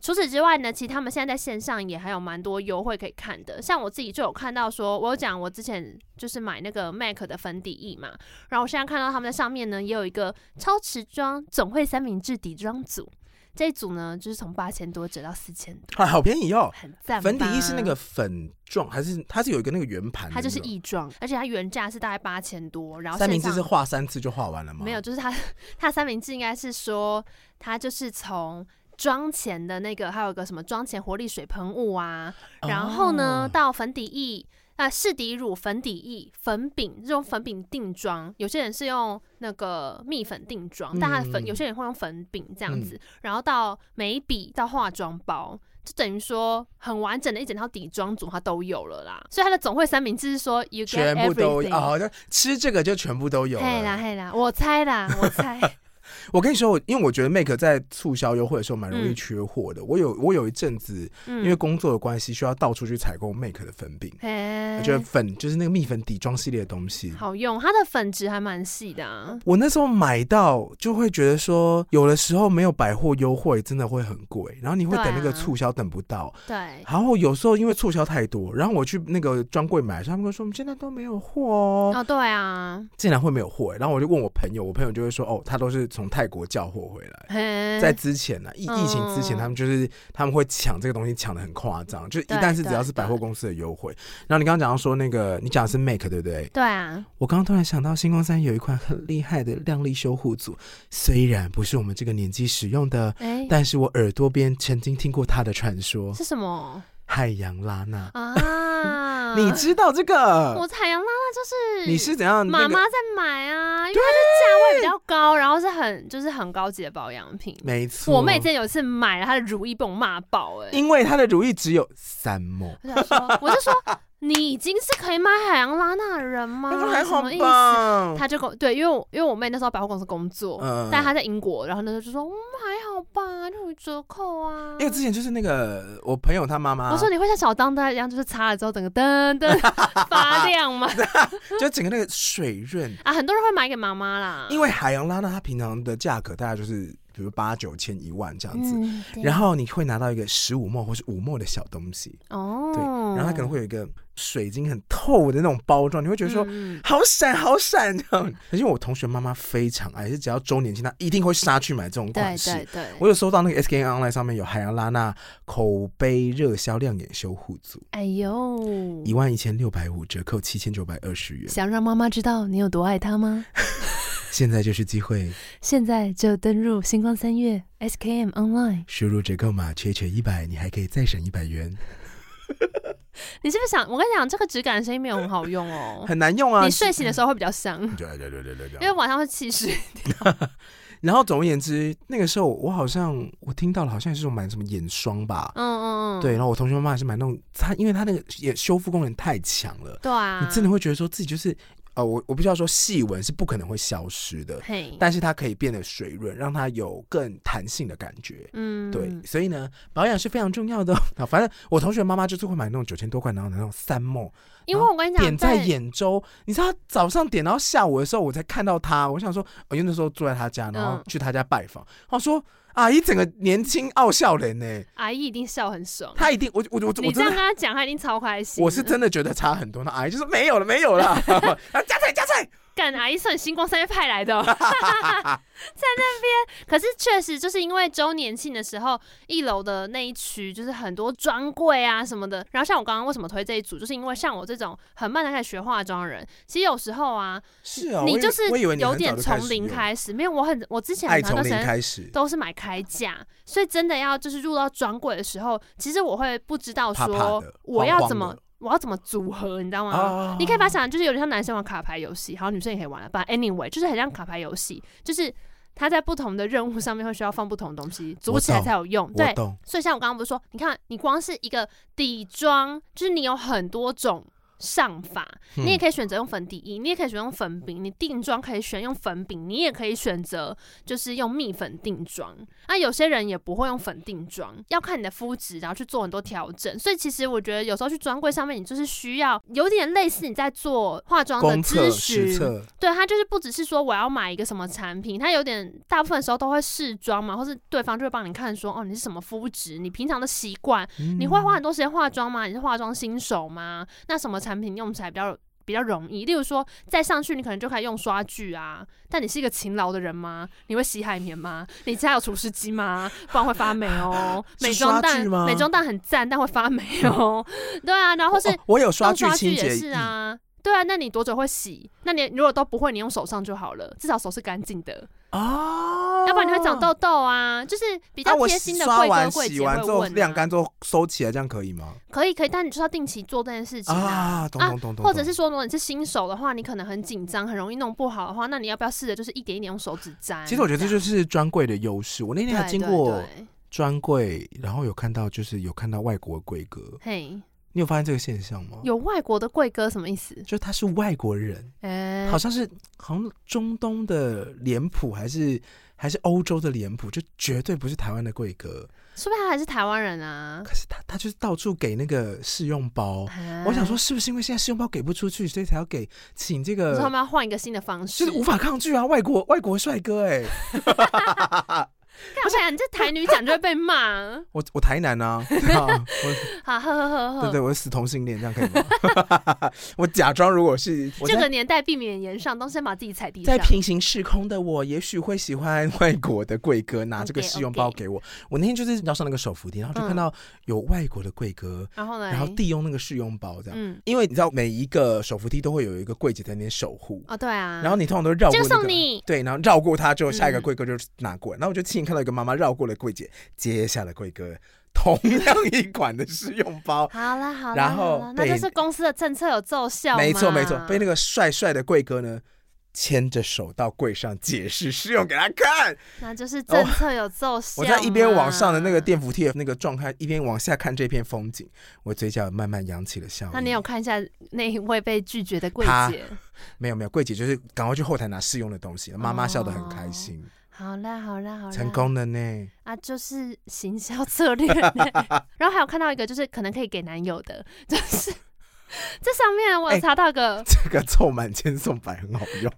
[SPEAKER 2] 除此之外呢，其实他们现在在线上也还有蛮多优惠可以看的。像我自己就有看到说，我有讲我之前就是买那个 MAC 的粉底液嘛，然后我现在看到他们在上面呢也有一个超持妆总会三明治底妆组，这一组呢就是从八千多折到四千多，
[SPEAKER 1] 啊，好便宜哦。
[SPEAKER 2] 很赞吧。
[SPEAKER 1] 粉底液是那个粉状，还是它是有一个那个圆盘的那
[SPEAKER 2] 它
[SPEAKER 1] 种？
[SPEAKER 2] 就是液妆，而且它原价是大概八千多，然后
[SPEAKER 1] 三
[SPEAKER 2] 线
[SPEAKER 1] 明治
[SPEAKER 2] 上
[SPEAKER 1] 是画三次就画完了吗？
[SPEAKER 2] 没有，就是它它三明治应该是说它就是从。妆前的那个，还有个什么妆前活力水喷雾啊，
[SPEAKER 1] 哦，
[SPEAKER 2] 然后呢、到粉底液啊、试底乳、粉底液、粉饼这种粉饼定妆，有些人是用那个蜜粉定妆，但它的粉
[SPEAKER 1] 嗯
[SPEAKER 2] 有些人会用粉饼这样子，然后到眉笔到化妆包。就等于说很完整的一整套底妆组，它都有了啦。所以它的总会三明治是说 you get
[SPEAKER 1] 全部都
[SPEAKER 2] everything，
[SPEAKER 1] 啊，好像吃这个就全部都有
[SPEAKER 2] 嘿啦
[SPEAKER 1] 了。
[SPEAKER 2] 嘿啦，我猜啦，我猜。
[SPEAKER 1] 我跟你说，我因为我觉得 Make 在促销优惠的时候蛮容易
[SPEAKER 2] 嗯
[SPEAKER 1] 缺货的。我有我有一阵子
[SPEAKER 2] 嗯
[SPEAKER 1] 因为工作的关系，需要到处去采购 Make 的粉饼，
[SPEAKER 2] 哎
[SPEAKER 1] 就是粉，就是那个蜜粉底妆系列的东西。
[SPEAKER 2] 好用，它的粉质还蛮细的啊。
[SPEAKER 1] 我那时候买到就会觉得说，有的时候没有百货优惠真的会很贵，然后你会
[SPEAKER 2] 对啊
[SPEAKER 1] 等那个促销等不到，
[SPEAKER 2] 对，啊
[SPEAKER 1] 然后有时候因为促销太多，然后我去那个专柜买，他们会说我们现在都没有货哦，
[SPEAKER 2] 哦，对啊，
[SPEAKER 1] 竟然会没有货，欸然后我就问我朋友，我朋友就会说哦，他都是从泰国叫货回来。
[SPEAKER 2] 嘿
[SPEAKER 1] 在之前呢、疫疫情之前，
[SPEAKER 2] 嗯
[SPEAKER 1] 他们就是他们会抢这个东西，抢的很夸张，就是一
[SPEAKER 2] 对
[SPEAKER 1] 旦是只
[SPEAKER 2] 对
[SPEAKER 1] 要是百货公司的优惠。然后你刚刚讲到说那个，你讲的是 Make 对不对？
[SPEAKER 2] 对啊，
[SPEAKER 1] 我刚刚突然想到，星光三有一款很厉害的亮丽修护组，虽然不是我们这个年纪使用的，
[SPEAKER 2] 哎、
[SPEAKER 1] 但是我耳朵边曾经听过它的传说
[SPEAKER 2] 是什么
[SPEAKER 1] ——海洋拉娜。？
[SPEAKER 2] 啊
[SPEAKER 1] 你知道这个？
[SPEAKER 2] 我海洋拉拉就是
[SPEAKER 1] 你是怎样？
[SPEAKER 2] 妈
[SPEAKER 1] 那个
[SPEAKER 2] 妈在买啊，因为它的价位比较高，然后是很就是很高级的保养品。
[SPEAKER 1] 没错，
[SPEAKER 2] 我妹之前有一次买了她的如意，被我骂爆哎、
[SPEAKER 1] 因为她的如意只有三抹。
[SPEAKER 2] 我想说，我就说你已经是可以买海洋拉娜的人吗？
[SPEAKER 1] 她说还
[SPEAKER 2] 啊什
[SPEAKER 1] 好
[SPEAKER 2] 么意思？
[SPEAKER 1] 吧？
[SPEAKER 2] 他就跟我对，因为我因为我妹那时候在百货公司工作，
[SPEAKER 1] 嗯
[SPEAKER 2] 但她在英国，然后那时候就说，嗯，还好吧，就有折扣啊。
[SPEAKER 1] 因为之前啊就是那个我朋友他妈妈，
[SPEAKER 2] 我说你会像小当家一样，就是擦了之后整个噔噔 发亮吗？
[SPEAKER 1] 就整个那个水润，
[SPEAKER 2] 啊，很多人会买给妈妈啦，
[SPEAKER 1] 因为海洋拉娜它平常的价格大概就是比如八九千一万这样子，
[SPEAKER 2] 嗯，对
[SPEAKER 1] 然后你会拿到一个十五墨或是五墨的小东西，
[SPEAKER 2] 哦，
[SPEAKER 1] 对，然后它可能会有一个水晶很透的那种包装，你会觉得说。
[SPEAKER 2] 嗯嗯
[SPEAKER 1] 好闪好闪这样，而且我同学妈妈非常爱，是只要周年庆，她一定会杀去买这种
[SPEAKER 2] 对
[SPEAKER 1] 款式。
[SPEAKER 2] 对对，
[SPEAKER 1] 我有收到那个 SKN Online 上面有海洋拉娜口碑热销亮眼修护组，
[SPEAKER 2] 哎呦，
[SPEAKER 1] 一万一千六百五折扣七千九百二十元，
[SPEAKER 2] 想让妈妈知道你有多爱 她吗？
[SPEAKER 1] 现在就是机会，
[SPEAKER 2] 现在就登入星光三月 SKM Online。
[SPEAKER 1] 输入折扣码缺缺一百，你还可以再省一百元，
[SPEAKER 2] 你是不是想？我跟你讲，这个质感的声音没有很好用哦，
[SPEAKER 1] 很难用啊
[SPEAKER 2] 你。睡醒的时候会比较香，
[SPEAKER 1] 对啊对对对对对
[SPEAKER 2] 因为晚上会气湿。
[SPEAKER 1] 然后总而言之，那个时候我好像我听到了，好像是种买什么眼霜吧，
[SPEAKER 2] 嗯嗯，嗯
[SPEAKER 1] 对，然后我同学妈妈也是买那种，她因为她那个也修复功能太强了，
[SPEAKER 2] 对啊，
[SPEAKER 1] 你真的会觉得说自己就是，呃，我我必须要说细纹是不可能会消失的，
[SPEAKER 2] 嘿，
[SPEAKER 1] 但是它可以变得水润，让它有更弹性的感觉。
[SPEAKER 2] 嗯，
[SPEAKER 1] 对，所以呢，保养是非常重要的哦。 啊，反正我同学妈妈就是会买那种九千多块，然后那种三梦
[SPEAKER 2] 因为我跟你讲，
[SPEAKER 1] 点在眼周，你知道她早上点到下午的时候，我才看到她，我想说，我、因为那时候住在她家，然后
[SPEAKER 2] 嗯
[SPEAKER 1] 去她家拜访，我说阿姨整个年轻傲笑人呢，
[SPEAKER 2] 阿姨一定笑很爽。
[SPEAKER 1] 她一定，我我我我
[SPEAKER 2] 嗯你
[SPEAKER 1] 真
[SPEAKER 2] 这样跟
[SPEAKER 1] 的。
[SPEAKER 2] 她讲，她一定超开
[SPEAKER 1] 啊
[SPEAKER 2] 心。
[SPEAKER 1] 我是真的觉得差很多，那阿姨就说没有了，没有了，然后加菜加菜，
[SPEAKER 2] 干阿姨算星光三月派来 的哦，在那边。可是确实就是因为周年庆的时候，一楼的那一区就是很多专柜啊什么的。然后像我刚刚为什么推这一组，就是因为像我这种很慢才开始学化妆的人，其实有时候啊，
[SPEAKER 1] 是哦，
[SPEAKER 2] 你
[SPEAKER 1] 我以
[SPEAKER 2] 就是
[SPEAKER 1] 我以为你
[SPEAKER 2] 有
[SPEAKER 1] 很早
[SPEAKER 2] 点
[SPEAKER 1] 就开
[SPEAKER 2] 从
[SPEAKER 1] 始
[SPEAKER 2] 零
[SPEAKER 1] 用，
[SPEAKER 2] 开始，没有我很我之前
[SPEAKER 1] 爱
[SPEAKER 2] 很长
[SPEAKER 1] 从
[SPEAKER 2] 段
[SPEAKER 1] 零
[SPEAKER 2] 时间
[SPEAKER 1] 开始，
[SPEAKER 2] 都是买开价，所以真的要就是入到专柜的时候，其实我会不知道
[SPEAKER 1] 怕怕
[SPEAKER 2] 说
[SPEAKER 1] 的
[SPEAKER 2] 我要
[SPEAKER 1] 慌
[SPEAKER 2] 怎么
[SPEAKER 1] 慌的
[SPEAKER 2] 我要怎么组合，你知道吗？
[SPEAKER 1] 啊
[SPEAKER 2] 你可以把它想成就是有点像男生玩卡牌游戏，好，女生也可以玩了。但 anyway，就是很像卡牌游戏，就是它在不同的任务上面会需要放不同的东西，组
[SPEAKER 1] 我
[SPEAKER 2] 起来
[SPEAKER 1] 懂
[SPEAKER 2] 才有用。
[SPEAKER 1] 我
[SPEAKER 2] 对，
[SPEAKER 1] 懂，
[SPEAKER 2] 所以像我刚刚不是说，你看你光是一个底妆，就是你有很多种。上法，
[SPEAKER 1] 嗯
[SPEAKER 2] 你也可以选择用粉底液，你也可以选择用粉饼，你定妆可以选用粉饼，你也可以选择就是用蜜粉定妆。那、有些人也不会用粉定妆，要看你的肤质，然后去做很多调整。所以其实我觉得有时候去专柜上面，你就是需要有点类似你在做化妆的
[SPEAKER 1] 公
[SPEAKER 2] 咨
[SPEAKER 1] 测
[SPEAKER 2] 询
[SPEAKER 1] 实，测，
[SPEAKER 2] 对他就是不只是说我要买一个什么产品，他有点大部分时候都会试妆嘛，或是对方就会帮你看说哦你是什么肤质，你平常的习惯，
[SPEAKER 1] 嗯
[SPEAKER 2] 你会花很多时间化妆吗？你是化妆新手吗？那什么产品用起来比较比较容易？例如说再上去你可能就开始用刷具啊，但你是一个勤劳的人吗？你会洗海绵吗？你家有除湿机吗？不然会发霉 哦。
[SPEAKER 1] 是
[SPEAKER 2] 美妆
[SPEAKER 1] 刷
[SPEAKER 2] 蛋
[SPEAKER 1] 具吗
[SPEAKER 2] 美妆蛋很赞，但会发霉哦。 对啊，然后是
[SPEAKER 1] 哦我有刷
[SPEAKER 2] 用
[SPEAKER 1] 具
[SPEAKER 2] 刷具
[SPEAKER 1] 清
[SPEAKER 2] 也
[SPEAKER 1] 洁
[SPEAKER 2] 是
[SPEAKER 1] 液，
[SPEAKER 2] 啊。对啊，那你多久会洗？那你如果都不会，你用手上就好了，至少手是干净的，
[SPEAKER 1] 啊
[SPEAKER 2] 要不然你会长。痘痘啊。就是比
[SPEAKER 1] 那
[SPEAKER 2] 较
[SPEAKER 1] 我
[SPEAKER 2] 贴心的
[SPEAKER 1] 刷
[SPEAKER 2] 贵哥
[SPEAKER 1] 完
[SPEAKER 2] 贵
[SPEAKER 1] 洗
[SPEAKER 2] 姐会
[SPEAKER 1] 完之后
[SPEAKER 2] 问、
[SPEAKER 1] 晾
[SPEAKER 2] 啊
[SPEAKER 1] 干。之后收起来，这样可以吗？
[SPEAKER 2] 可以可以，但你就是要定期做这件事情啊。
[SPEAKER 1] 啊，懂
[SPEAKER 2] 啊
[SPEAKER 1] 懂懂懂，
[SPEAKER 2] 或者
[SPEAKER 1] 懂
[SPEAKER 2] 是说，如果你是新手的话，你可能很紧张，很容易弄不好的话，那你要不要试着就是一点一点用手指沾？
[SPEAKER 1] 其实我觉得这就是是专柜的优势。我那天还经过专柜，然后有看到就是有看到外国的贵哥，
[SPEAKER 2] 嘿，
[SPEAKER 1] 你有发现这个现象吗？，
[SPEAKER 2] 有外国的贵哥什么意思？
[SPEAKER 1] 就他是外国人，
[SPEAKER 2] 哎、
[SPEAKER 1] 好像是好像中东的脸谱，还是还是欧洲的脸谱，就绝对不是台湾的贵哥。
[SPEAKER 2] 是不是他还是台湾人啊？
[SPEAKER 1] 可是他他就是到处给那个试用包，
[SPEAKER 2] 嗯
[SPEAKER 1] 我想说是不是因为现在试用包给不出去，所以才要给请这
[SPEAKER 2] 你
[SPEAKER 1] 个
[SPEAKER 2] 说他们要换一个新的方式，
[SPEAKER 1] 呃就是无法抗拒啊，外国 外国帅哥哎、
[SPEAKER 2] 干嘛呀？你这台女讲就会被骂，
[SPEAKER 1] 我我台南 啊，对啊我
[SPEAKER 2] 好，呵呵呵呵。
[SPEAKER 1] 对对，我是死同性恋，这样可以吗？ 我假装如果是我
[SPEAKER 2] 这
[SPEAKER 1] 在
[SPEAKER 2] 个年代避免言上，都先把自己踩地上
[SPEAKER 1] 在。平行时空的我，也许会喜欢外国的贵哥拿这个
[SPEAKER 2] OK，
[SPEAKER 1] 试用包
[SPEAKER 2] OK
[SPEAKER 1] 给我。我那天就是要上那个手扶梯，然后就看
[SPEAKER 2] 嗯
[SPEAKER 1] 到有外国的贵哥，
[SPEAKER 2] 然后呢？
[SPEAKER 1] 然后递用那个试用包这样。
[SPEAKER 2] 嗯，
[SPEAKER 1] 因为你知道每一个手扶梯都会有一个柜姐在那边守护，
[SPEAKER 2] 哦，对啊。
[SPEAKER 1] 然后你通常都绕过
[SPEAKER 2] 就
[SPEAKER 1] 那
[SPEAKER 2] 送
[SPEAKER 1] 个。
[SPEAKER 2] 你，
[SPEAKER 1] 对，然后绕过他之后，下一个
[SPEAKER 2] 嗯
[SPEAKER 1] 贵哥就拿过来，然后我就亲眼看到一个妈妈绕过了柜姐，接下了贵哥同样一款的试用包，
[SPEAKER 2] 好啦好啦，
[SPEAKER 1] 然后
[SPEAKER 2] 好啦那
[SPEAKER 1] 被
[SPEAKER 2] 就是公司的政策有奏效嘛，
[SPEAKER 1] 没错没错，被那个帅帅的贵哥呢牵着手到柜上解释试用给他看。
[SPEAKER 2] 那就是政策有奏效
[SPEAKER 1] 我
[SPEAKER 2] 嘛。
[SPEAKER 1] 在一边往上的那个电扶梯的那个状态，一边往下看这片风景，我嘴角慢慢扬起了笑意。
[SPEAKER 2] 那你有看一下那一位被拒绝的柜
[SPEAKER 1] 他
[SPEAKER 2] 姐？
[SPEAKER 1] 没有没有，柜姐就是赶快去后台拿试用的东西，妈妈笑得很开心，
[SPEAKER 2] 好啦好啦哦好啦，
[SPEAKER 1] 成功了呢。
[SPEAKER 2] 啊，就是行销策略呢。然后还有看到一个，就是可能可以给男友的， 就是这上面我有
[SPEAKER 1] 哎
[SPEAKER 2] 查到个，
[SPEAKER 1] 这个凑满千送百很好用，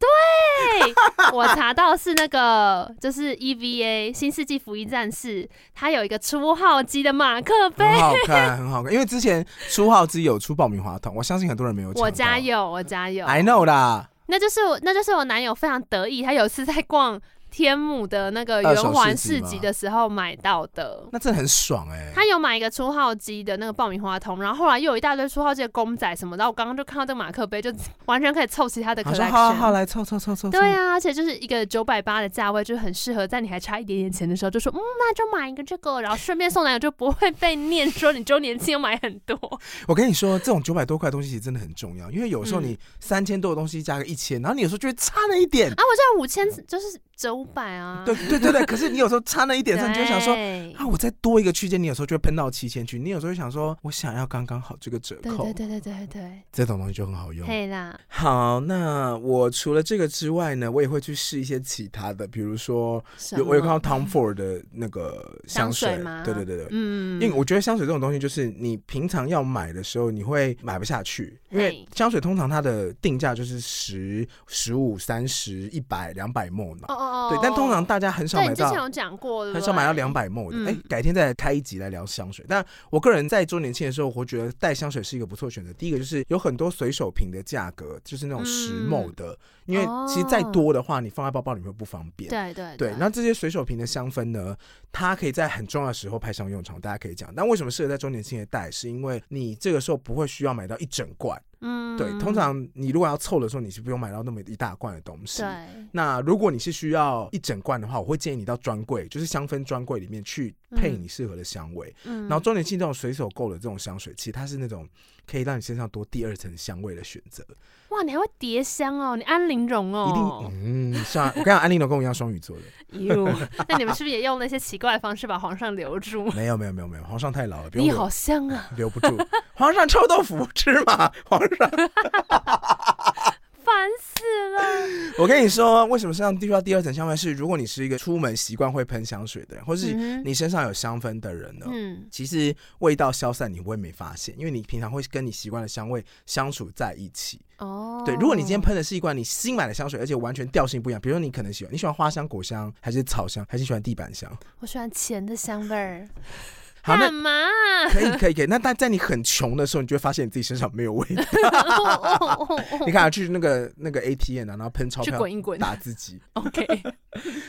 [SPEAKER 2] 我查到是那个就是 EVA 新世纪福音战士，它有一个初号机的马克杯。
[SPEAKER 1] 很好看，很好看。因为之前出号机有出爆米花哦筒，我相信很多人没有抢到。
[SPEAKER 2] 我家有，我家有，
[SPEAKER 1] ，I know 啦。
[SPEAKER 2] 那就是我，那就是我男友非常得意，他有一次在逛天母的那个
[SPEAKER 1] 二手
[SPEAKER 2] 圆环
[SPEAKER 1] 市集
[SPEAKER 2] 市
[SPEAKER 1] 吗
[SPEAKER 2] 集的时候买到的。
[SPEAKER 1] 那真的很爽哎、
[SPEAKER 2] 他有买一个初号机的那个爆米花桶，然后后来又有一大堆初号机的公仔什么的，然后我刚刚就看到这个马克杯，就 完全可以凑齐他的
[SPEAKER 1] 然后说好好好
[SPEAKER 2] collection。
[SPEAKER 1] 来凑凑凑凑。凑
[SPEAKER 2] 对，啊，而且就是一个九百八的价位，就很适合在你还差一点点钱的时候，就说嗯，那就买一个这个，然后顺便送男友，就不会被念说你周年庆要买很多。啊
[SPEAKER 1] 我跟你说，这种九百多块的东西其实真的很重要，因为有时候
[SPEAKER 2] 嗯
[SPEAKER 1] 你三千多的东西加个一千，然后你有时候就会差那一点。
[SPEAKER 2] 啊，我这五千就是折五百啊，
[SPEAKER 1] 对对对对，可是你有时候差那一 点的时候，你就会想说。
[SPEAKER 2] 对
[SPEAKER 1] 啊，我再多一个区间，你有时候就会喷到七千去。你有时候就想说，我想要刚刚好这个折
[SPEAKER 2] 对
[SPEAKER 1] 扣
[SPEAKER 2] 对，对对对对
[SPEAKER 1] 这种东西就很好
[SPEAKER 2] 对，
[SPEAKER 1] 用。
[SPEAKER 2] 嘿啦，
[SPEAKER 1] 好，那我除了这个之外呢，我也会去试一些其他的，比如说
[SPEAKER 2] 什
[SPEAKER 1] 有我有看
[SPEAKER 2] 么
[SPEAKER 1] 到 Tom Ford 的那 个
[SPEAKER 2] 嗯香
[SPEAKER 1] 水，
[SPEAKER 2] 水吗
[SPEAKER 1] 对对对对，
[SPEAKER 2] 嗯，
[SPEAKER 1] 因为我觉得香水这种东西，就是你平常要买的时候，你会买不下去，因为
[SPEAKER 2] 嘿
[SPEAKER 1] 香水通常它的定价就是十、十五、三十、一百、两百沫嘛。
[SPEAKER 2] 哦哦哦，
[SPEAKER 1] 对，对，但通常大家很少
[SPEAKER 2] 对
[SPEAKER 1] 买
[SPEAKER 2] 你之前
[SPEAKER 1] 到。
[SPEAKER 2] 有讲过，对不
[SPEAKER 1] 很少买到两
[SPEAKER 2] 对
[SPEAKER 1] 百沫的，
[SPEAKER 2] 嗯
[SPEAKER 1] 哎、改天再来开一集来聊香水。但我个人在周年庆的时候，我会觉得带香水是一个不错的选择。第一个就是有很多随手瓶的价格，就是那种十
[SPEAKER 2] 嗯
[SPEAKER 1] 沫的，因为
[SPEAKER 2] 哦
[SPEAKER 1] 其实再多的话，你放在包包里面会不方便。
[SPEAKER 2] 对对
[SPEAKER 1] 对，那这些水手瓶的香氛呢，它可以在很重要的时候派上用场，大家可以讲。但为什么适合在周年庆的带？是因为你这个时候不会需要买到一整罐，
[SPEAKER 2] 嗯
[SPEAKER 1] 对，通常你如果要凑的时候，你是不用买到那么一大罐的东西。
[SPEAKER 2] 对
[SPEAKER 1] 那如果你是需要一整罐的话，我会建议你到专柜，就是香氛专柜里面去配
[SPEAKER 2] 嗯
[SPEAKER 1] 你适合的香味。
[SPEAKER 2] 嗯
[SPEAKER 1] 然后周年庆这种随手购的这种香水，其实它是那种可以让你身上多第二层香味的选择。
[SPEAKER 2] 哇，你还会叠香哦，你安陵容
[SPEAKER 1] 一
[SPEAKER 2] 哦
[SPEAKER 1] 定，，嗯，像我刚刚安利龙跟我一样双鱼座的，
[SPEAKER 2] 哟，那你们是不是也用那些奇怪的方式把皇上留住？
[SPEAKER 1] 没有没有没有没有，皇上太老了，不用
[SPEAKER 2] 你
[SPEAKER 1] 留
[SPEAKER 2] 好香啊，
[SPEAKER 1] 留不住。 皇上臭豆腐吃嘛， 皇上。
[SPEAKER 2] 烦死了。
[SPEAKER 1] 我跟你说，为什么身上需要第二层香味是？如果你是一个出门习惯会喷香水的人，或是
[SPEAKER 2] 嗯哼
[SPEAKER 1] 你身上有香氛的人呢？
[SPEAKER 2] 嗯，
[SPEAKER 1] 其实味道消散，你会没发现，因为你平常会跟你习惯的香味相处在一起。
[SPEAKER 2] 哦，
[SPEAKER 1] 对，如果你今天喷的是一罐你新买的香水，而且完全调性不一样，比如说你可能喜欢你喜欢花香、果香，还是草香，还是喜欢地板香？
[SPEAKER 2] 我喜欢钱的香味儿，
[SPEAKER 1] 好，那
[SPEAKER 2] 干嘛啊？
[SPEAKER 1] 可以可以可以。那但在你很穷的时候，你就会发现你自己身上没有味道。
[SPEAKER 2] 哦哦哦哦
[SPEAKER 1] 你看、啊、去那个那个 ATM 啊，然后喷钞
[SPEAKER 2] 去
[SPEAKER 1] 票
[SPEAKER 2] 滚一滚
[SPEAKER 1] 打自己。
[SPEAKER 2] ，OK，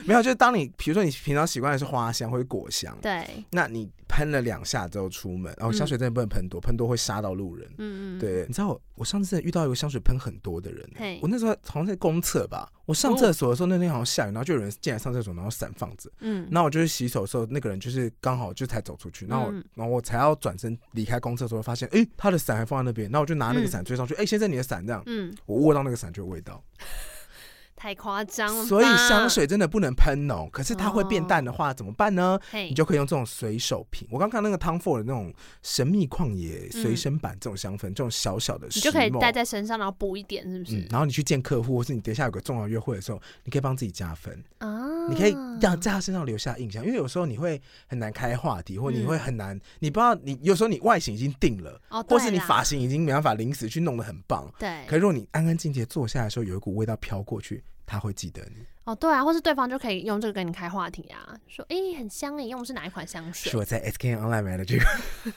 [SPEAKER 1] 没有，就是当你比如说你平常习惯的是花香或者果香，
[SPEAKER 2] 对，
[SPEAKER 1] 那你喷了两下之后出门，然、后
[SPEAKER 2] 嗯
[SPEAKER 1] 香水真的不能喷多，喷多会杀到路人。
[SPEAKER 2] 嗯嗯，
[SPEAKER 1] 对，你知道我我上次真的遇到一个香水喷很多的人哦
[SPEAKER 2] 嘿，哦
[SPEAKER 1] 我那时候好像在公厕吧，我上厕所的时候那天好像下雨，然后就有人进来上厕所，然后伞放着，
[SPEAKER 2] 嗯，
[SPEAKER 1] 然后我就是洗手的时候，那个人就是刚好就才走出去，然后我、
[SPEAKER 2] 嗯
[SPEAKER 1] 然后我才要转身离开公厕的时候，发现诶，他的伞还放在那边，那我就拿那个伞追上去，诶，先生你的伞这样，
[SPEAKER 2] 嗯，
[SPEAKER 1] 我握到那个伞就有味道。
[SPEAKER 2] 太夸张了吧，
[SPEAKER 1] 所以香水真的不能喷浓，可是它会
[SPEAKER 2] 哦
[SPEAKER 1] 变淡的话怎么办呢？
[SPEAKER 2] 嘿，
[SPEAKER 1] 你就可以用这种随手瓶。我刚看那个 Tom Ford 的那种神秘旷野随身版这种香氛，这种小小的，
[SPEAKER 2] 嗯你就可以带。在身上，然后补一点，是不
[SPEAKER 1] 嗯
[SPEAKER 2] 是，？
[SPEAKER 1] 然后你去见客户，或是你等一下有个重要约会的时候，你可以帮自己加分，
[SPEAKER 2] 啊，
[SPEAKER 1] 嗯你可以让在他身上留下印象。因为有时候你会很难开话题，或你会很难，你不知道你有时候你外形已经定了，
[SPEAKER 2] 嗯哦，对
[SPEAKER 1] 或是你
[SPEAKER 2] 啦
[SPEAKER 1] 发型已经没办法临时去弄得很棒，
[SPEAKER 2] 对
[SPEAKER 1] 可，是如果你安安静静地坐下来的时候，有一股味道飘过去，他会记得你。
[SPEAKER 2] 哦，对啊，或是对方就可以用这个跟你开话题啊，说哎、诶很香诶，你用的是哪一款香水
[SPEAKER 1] 是？我啊在 SK Online 买的这个。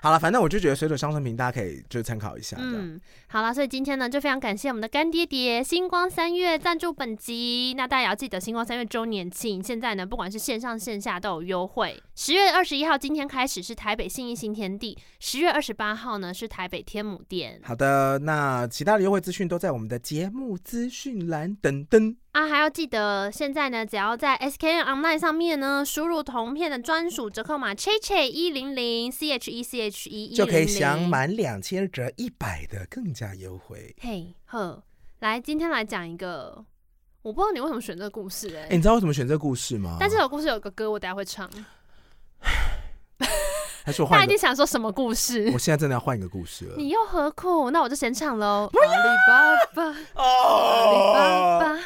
[SPEAKER 1] 好了，反正我就觉得水煮香生瓶大家可以就参考一下，这样、
[SPEAKER 2] 嗯，好啦，所以今天呢，就非常感谢我们的干爹爹星光三月赞助本集。那大家也要记得星光三月周年庆，现在呢，不管是线上线下都有优惠。十月二十一号今天开始是台北信义新天地，十月二十八号呢是台北天母店
[SPEAKER 1] 好的，那其他的优惠资讯都在我们的节目资讯栏等等。
[SPEAKER 2] 啊，还要记得现在呢，只要在 SKN Online 上面呢，输入同片的专属折扣码 Che Che 一零零 C H E C H E 一
[SPEAKER 1] 就可以享。满两千折一百的更加优惠。
[SPEAKER 2] 嘿呵，来，今天来讲一个，我不知道你为什么选这个故事哎、
[SPEAKER 1] 哎、你知道为什么选这个故事吗？
[SPEAKER 2] 但这首故事有个歌，我等下会唱。
[SPEAKER 1] 还是我
[SPEAKER 2] 大家
[SPEAKER 1] 换
[SPEAKER 2] 一
[SPEAKER 1] 一个
[SPEAKER 2] 定，想说什么故事
[SPEAKER 1] 我？现在真的要换一个故事了。
[SPEAKER 2] 你又何苦？那我就先唱喽。阿里巴巴，阿里巴
[SPEAKER 1] 哦，
[SPEAKER 2] 巴，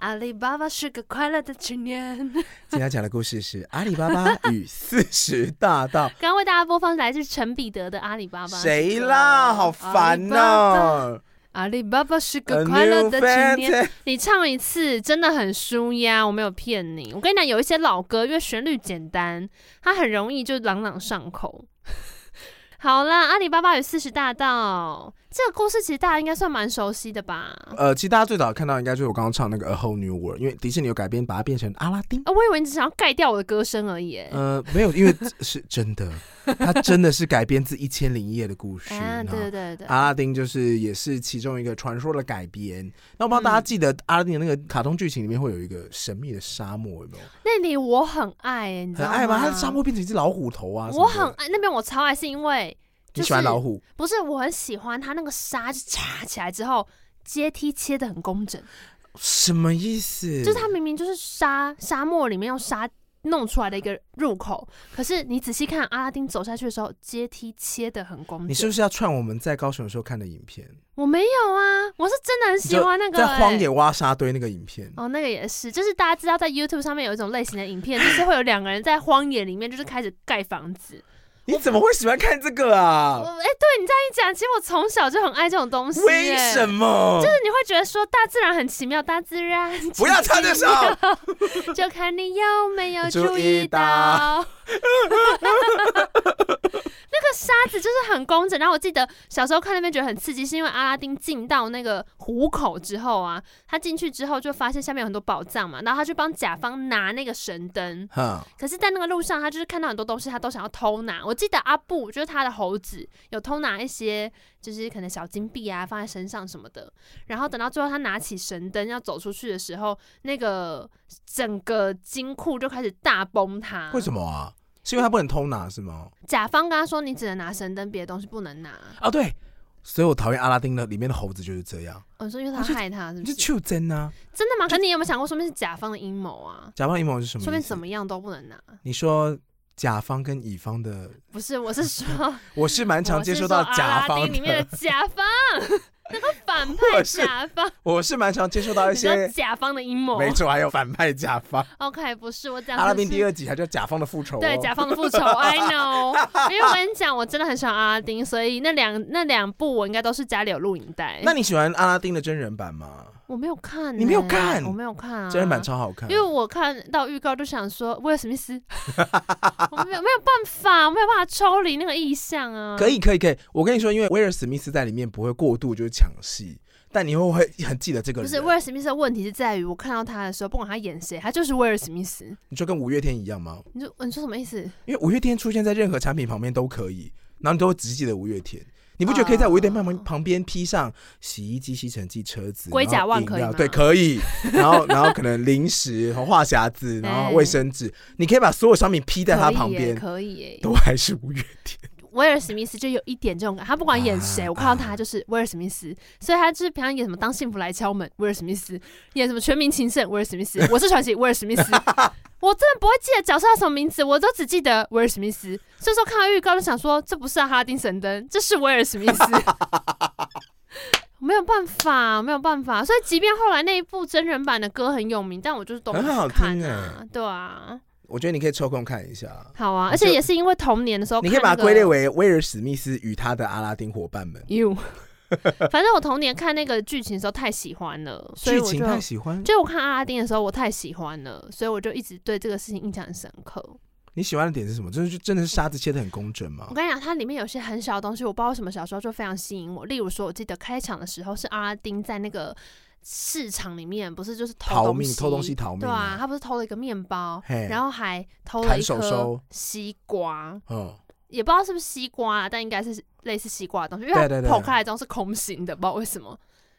[SPEAKER 2] 阿里巴巴是个快乐的青年。
[SPEAKER 1] 今天要讲的故事是《阿里巴巴与四十大 盗》
[SPEAKER 2] 刚刚为大家播放来自陈彼得的《阿里巴巴》。
[SPEAKER 1] 谁啦？好烦哦、
[SPEAKER 2] 阿里巴巴是
[SPEAKER 1] A
[SPEAKER 2] 个快乐
[SPEAKER 1] new
[SPEAKER 2] 的青年。
[SPEAKER 1] fantasy
[SPEAKER 2] 你唱一次真的很舒压，我没有骗你。我跟你讲，有一些老歌，因为旋律简单，它很容易就朗朗上口。 好啦，《阿里巴巴与四十大盗》这个故事其实大家应该算蛮熟悉的吧？
[SPEAKER 1] 呃，其实大家最早看到应该就是我刚刚唱那个《A Whole New World》，因为迪士尼有改编，把它变成阿拉丁。
[SPEAKER 2] 啊，我以为你只想要盖掉我的歌声而已。哎
[SPEAKER 1] 呃，没有，因为 是真的，它真的是改编自《一千零一夜》的故事。
[SPEAKER 2] 啊，
[SPEAKER 1] 然后
[SPEAKER 2] 对对对对，
[SPEAKER 1] 阿拉丁就是也是其中一个传说的改编。那我不知
[SPEAKER 2] 嗯
[SPEAKER 1] 道大家记得阿拉丁的那个卡通剧情里面会有一个神秘的沙漠，有没有？
[SPEAKER 2] 那里我很爱，哎你知
[SPEAKER 1] 很
[SPEAKER 2] 道
[SPEAKER 1] 爱吗？
[SPEAKER 2] 吗？
[SPEAKER 1] 它的沙漠变成一只老虎头啊！
[SPEAKER 2] 我很
[SPEAKER 1] 什么的
[SPEAKER 2] 爱那边，我超爱，是因为
[SPEAKER 1] 你
[SPEAKER 2] 就
[SPEAKER 1] 喜欢
[SPEAKER 2] 是
[SPEAKER 1] 老虎？
[SPEAKER 2] 不是我很喜欢它那个沙就插起来之后，阶梯切的很工整。
[SPEAKER 1] 什么意思？
[SPEAKER 2] 就是它明明就是沙沙漠里面用沙弄出来的一个入口，可是你仔细看阿拉丁走下去的时候，阶梯切的很工整。
[SPEAKER 1] 你是不是要串我们在高雄的时候看的影片？
[SPEAKER 2] 我没有啊，我是真的很喜欢那个、
[SPEAKER 1] 在荒
[SPEAKER 2] 欸
[SPEAKER 1] 野挖沙堆那个影片？
[SPEAKER 2] 哦，那个也是，就是大家知道在 YouTube 上面有一种类型的影片，就是会有两个人在荒野里面，就是开始盖房子。
[SPEAKER 1] 你怎么会喜欢看这个啊
[SPEAKER 2] 我？哎、对你这样一讲，其实我从小就很爱这种东西、
[SPEAKER 1] 为
[SPEAKER 2] 哎
[SPEAKER 1] 什么
[SPEAKER 2] 就？是你会觉得说大自然很奇妙，大自然
[SPEAKER 1] 不要唱这 首，
[SPEAKER 2] 奇妙就看你有没有注
[SPEAKER 1] 注
[SPEAKER 2] 意
[SPEAKER 1] 意
[SPEAKER 2] 到。
[SPEAKER 1] 到
[SPEAKER 2] 那个沙子就是很工整，然后我记得小时候看那边觉得很刺激，是因为阿拉丁进到那个虎口之后啊，他进去之后就发现下面有很多宝藏嘛，然后他去帮甲方拿那个神灯，
[SPEAKER 1] 哼，
[SPEAKER 2] 可是，在那个路上，他就是看到很多东西，他都想要偷拿。我记得阿布就是他的猴子，有偷拿一些，就是可能小金币啊，放在身上什么的。然后等到最后，他拿起神灯要走出去的时候，那个整个金库就开始大崩塌。
[SPEAKER 1] 为什
[SPEAKER 2] 么？
[SPEAKER 1] 么啊？是因为他不能偷拿是吗？
[SPEAKER 2] 甲方跟他说：“你只能拿神灯，别的东西不能拿。
[SPEAKER 1] 啊，对，所以我讨厌阿拉丁的里面的猴子就是这样，”
[SPEAKER 2] 我说：“因为哦他
[SPEAKER 1] 他就
[SPEAKER 2] 害他，
[SPEAKER 1] 哦
[SPEAKER 2] 是
[SPEAKER 1] 你
[SPEAKER 2] 不？
[SPEAKER 1] 就是就真啊。
[SPEAKER 2] 真的吗？可你有没有想过，说不定是甲方的阴谋啊？
[SPEAKER 1] 甲方阴谋是什么？
[SPEAKER 2] 说不定怎
[SPEAKER 1] 么？
[SPEAKER 2] 么样都不能拿。
[SPEAKER 1] 你说甲方跟乙方的，
[SPEAKER 2] 不是，我是说。”
[SPEAKER 1] 我是蛮常接收到
[SPEAKER 2] 我是说
[SPEAKER 1] 甲
[SPEAKER 2] 阿拉
[SPEAKER 1] 方
[SPEAKER 2] 丁里面
[SPEAKER 1] 的，
[SPEAKER 2] 的甲方， 那个反 派
[SPEAKER 1] 我是
[SPEAKER 2] 甲方，
[SPEAKER 1] 我是蛮常接收到
[SPEAKER 2] 你
[SPEAKER 1] 一
[SPEAKER 2] 知道
[SPEAKER 1] 些，
[SPEAKER 2] 甲方的阴谋。
[SPEAKER 1] 没错，还有反派甲 方。
[SPEAKER 2] OK，不是我讲
[SPEAKER 1] 阿拉
[SPEAKER 2] 的
[SPEAKER 1] 丁
[SPEAKER 2] 是
[SPEAKER 1] 第二集还叫哦甲方的复仇、哦，
[SPEAKER 2] 对甲方的复 仇，I know。因为我跟你讲，我真的很喜欢阿拉丁，所以那两那两部我应该都是家里有录影带。
[SPEAKER 1] 那你喜欢阿拉丁的真人版吗？
[SPEAKER 2] 我没有看欸，
[SPEAKER 1] 你没有看
[SPEAKER 2] 我没有看啊，
[SPEAKER 1] 真人版。超好看，
[SPEAKER 2] 因为我看到预告就想说，威尔史密斯，我没有没有办法，我没有办法抽离那个意象啊。
[SPEAKER 1] 可以可以可以，我跟你说，因为威尔史密斯在里面不会过度就是抢戏，但你又会很记得这个
[SPEAKER 2] 不
[SPEAKER 1] 人，
[SPEAKER 2] 是威尔史密斯的问题是在于，我看到他的时候，不管他演谁，他就是威尔史密斯。
[SPEAKER 1] 你就跟五月天一样吗？
[SPEAKER 2] 你说哦你说什么意思？
[SPEAKER 1] 因为五月天出现在任何产品旁边都可以，然后你都会只记得五月天。你不觉得可以在五月天旁边
[SPEAKER 2] 啊
[SPEAKER 1] 旁边披上洗衣机、吸尘器、车子、
[SPEAKER 2] 龟甲袜
[SPEAKER 1] 然后饮料
[SPEAKER 2] 可以吗
[SPEAKER 1] 对，可以。然后，然后可能零食、话匣子，然后卫生纸，你可以把所有商品披在它旁边，
[SPEAKER 2] 可以耶、可以耶
[SPEAKER 1] 都还是五月 天。
[SPEAKER 2] 威尔史密斯就有一点这种感，他不管演谁，
[SPEAKER 1] 啊
[SPEAKER 2] 我看到他就是威尔史密斯，所以他就是平常演什么《当幸福来敲门》，威尔史密斯；演什么《全民情圣》，威尔史 密斯；我是传奇，威尔史密斯。我真的不会记得角色叫什么名字，我都只记得威尔史密斯。所以说看到预告就想说，这不是阿拉丁神灯，这是威尔史密 斯。没有办法，没有办法。所以即便后来那一部真人版的歌很有名，但我就是都没
[SPEAKER 1] 很好
[SPEAKER 2] 去
[SPEAKER 1] 听
[SPEAKER 2] 看
[SPEAKER 1] 哎
[SPEAKER 2] 啊，对啊。
[SPEAKER 1] 我觉得你可以抽空看一下，
[SPEAKER 2] 好啊，
[SPEAKER 1] 你
[SPEAKER 2] 而且
[SPEAKER 1] 就
[SPEAKER 2] 也是因为童年的时候
[SPEAKER 1] 你
[SPEAKER 2] 看
[SPEAKER 1] 可
[SPEAKER 2] 那
[SPEAKER 1] 以把
[SPEAKER 2] 个、
[SPEAKER 1] 它归类为威尔史密斯与他的阿拉丁伙伴们。
[SPEAKER 2] you。反正我童年看那个剧情的时候太喜欢 了，所以
[SPEAKER 1] 剧
[SPEAKER 2] 我
[SPEAKER 1] 情
[SPEAKER 2] 就
[SPEAKER 1] 太喜欢，
[SPEAKER 2] 就我看阿拉丁的时候我太喜欢了，所以我就一直对这个事情印象很深刻。
[SPEAKER 1] 你喜欢的点是什么？就是就真的是沙子切的很工整吗
[SPEAKER 2] 我？跟你讲，它里面有些很小的东西，我不知道为什么小时候就非常吸引我。例如说，我记得开场的时候是阿拉丁在那个市场里面，不是就是
[SPEAKER 1] 逃
[SPEAKER 2] 东
[SPEAKER 1] 命，偷东西，逃命，
[SPEAKER 2] 对啊，，他不是偷了一个面包，
[SPEAKER 1] 嘿
[SPEAKER 2] 然后还偷了
[SPEAKER 1] 砍
[SPEAKER 2] 一
[SPEAKER 1] 手
[SPEAKER 2] 颗
[SPEAKER 1] 收
[SPEAKER 2] 西瓜，
[SPEAKER 1] 嗯，
[SPEAKER 2] 也不知道是不是西瓜啊，但应该是类似西瓜的东西，因为
[SPEAKER 1] 对
[SPEAKER 2] 它
[SPEAKER 1] 对对
[SPEAKER 2] 剖开来之后是空心的，不知道为什么，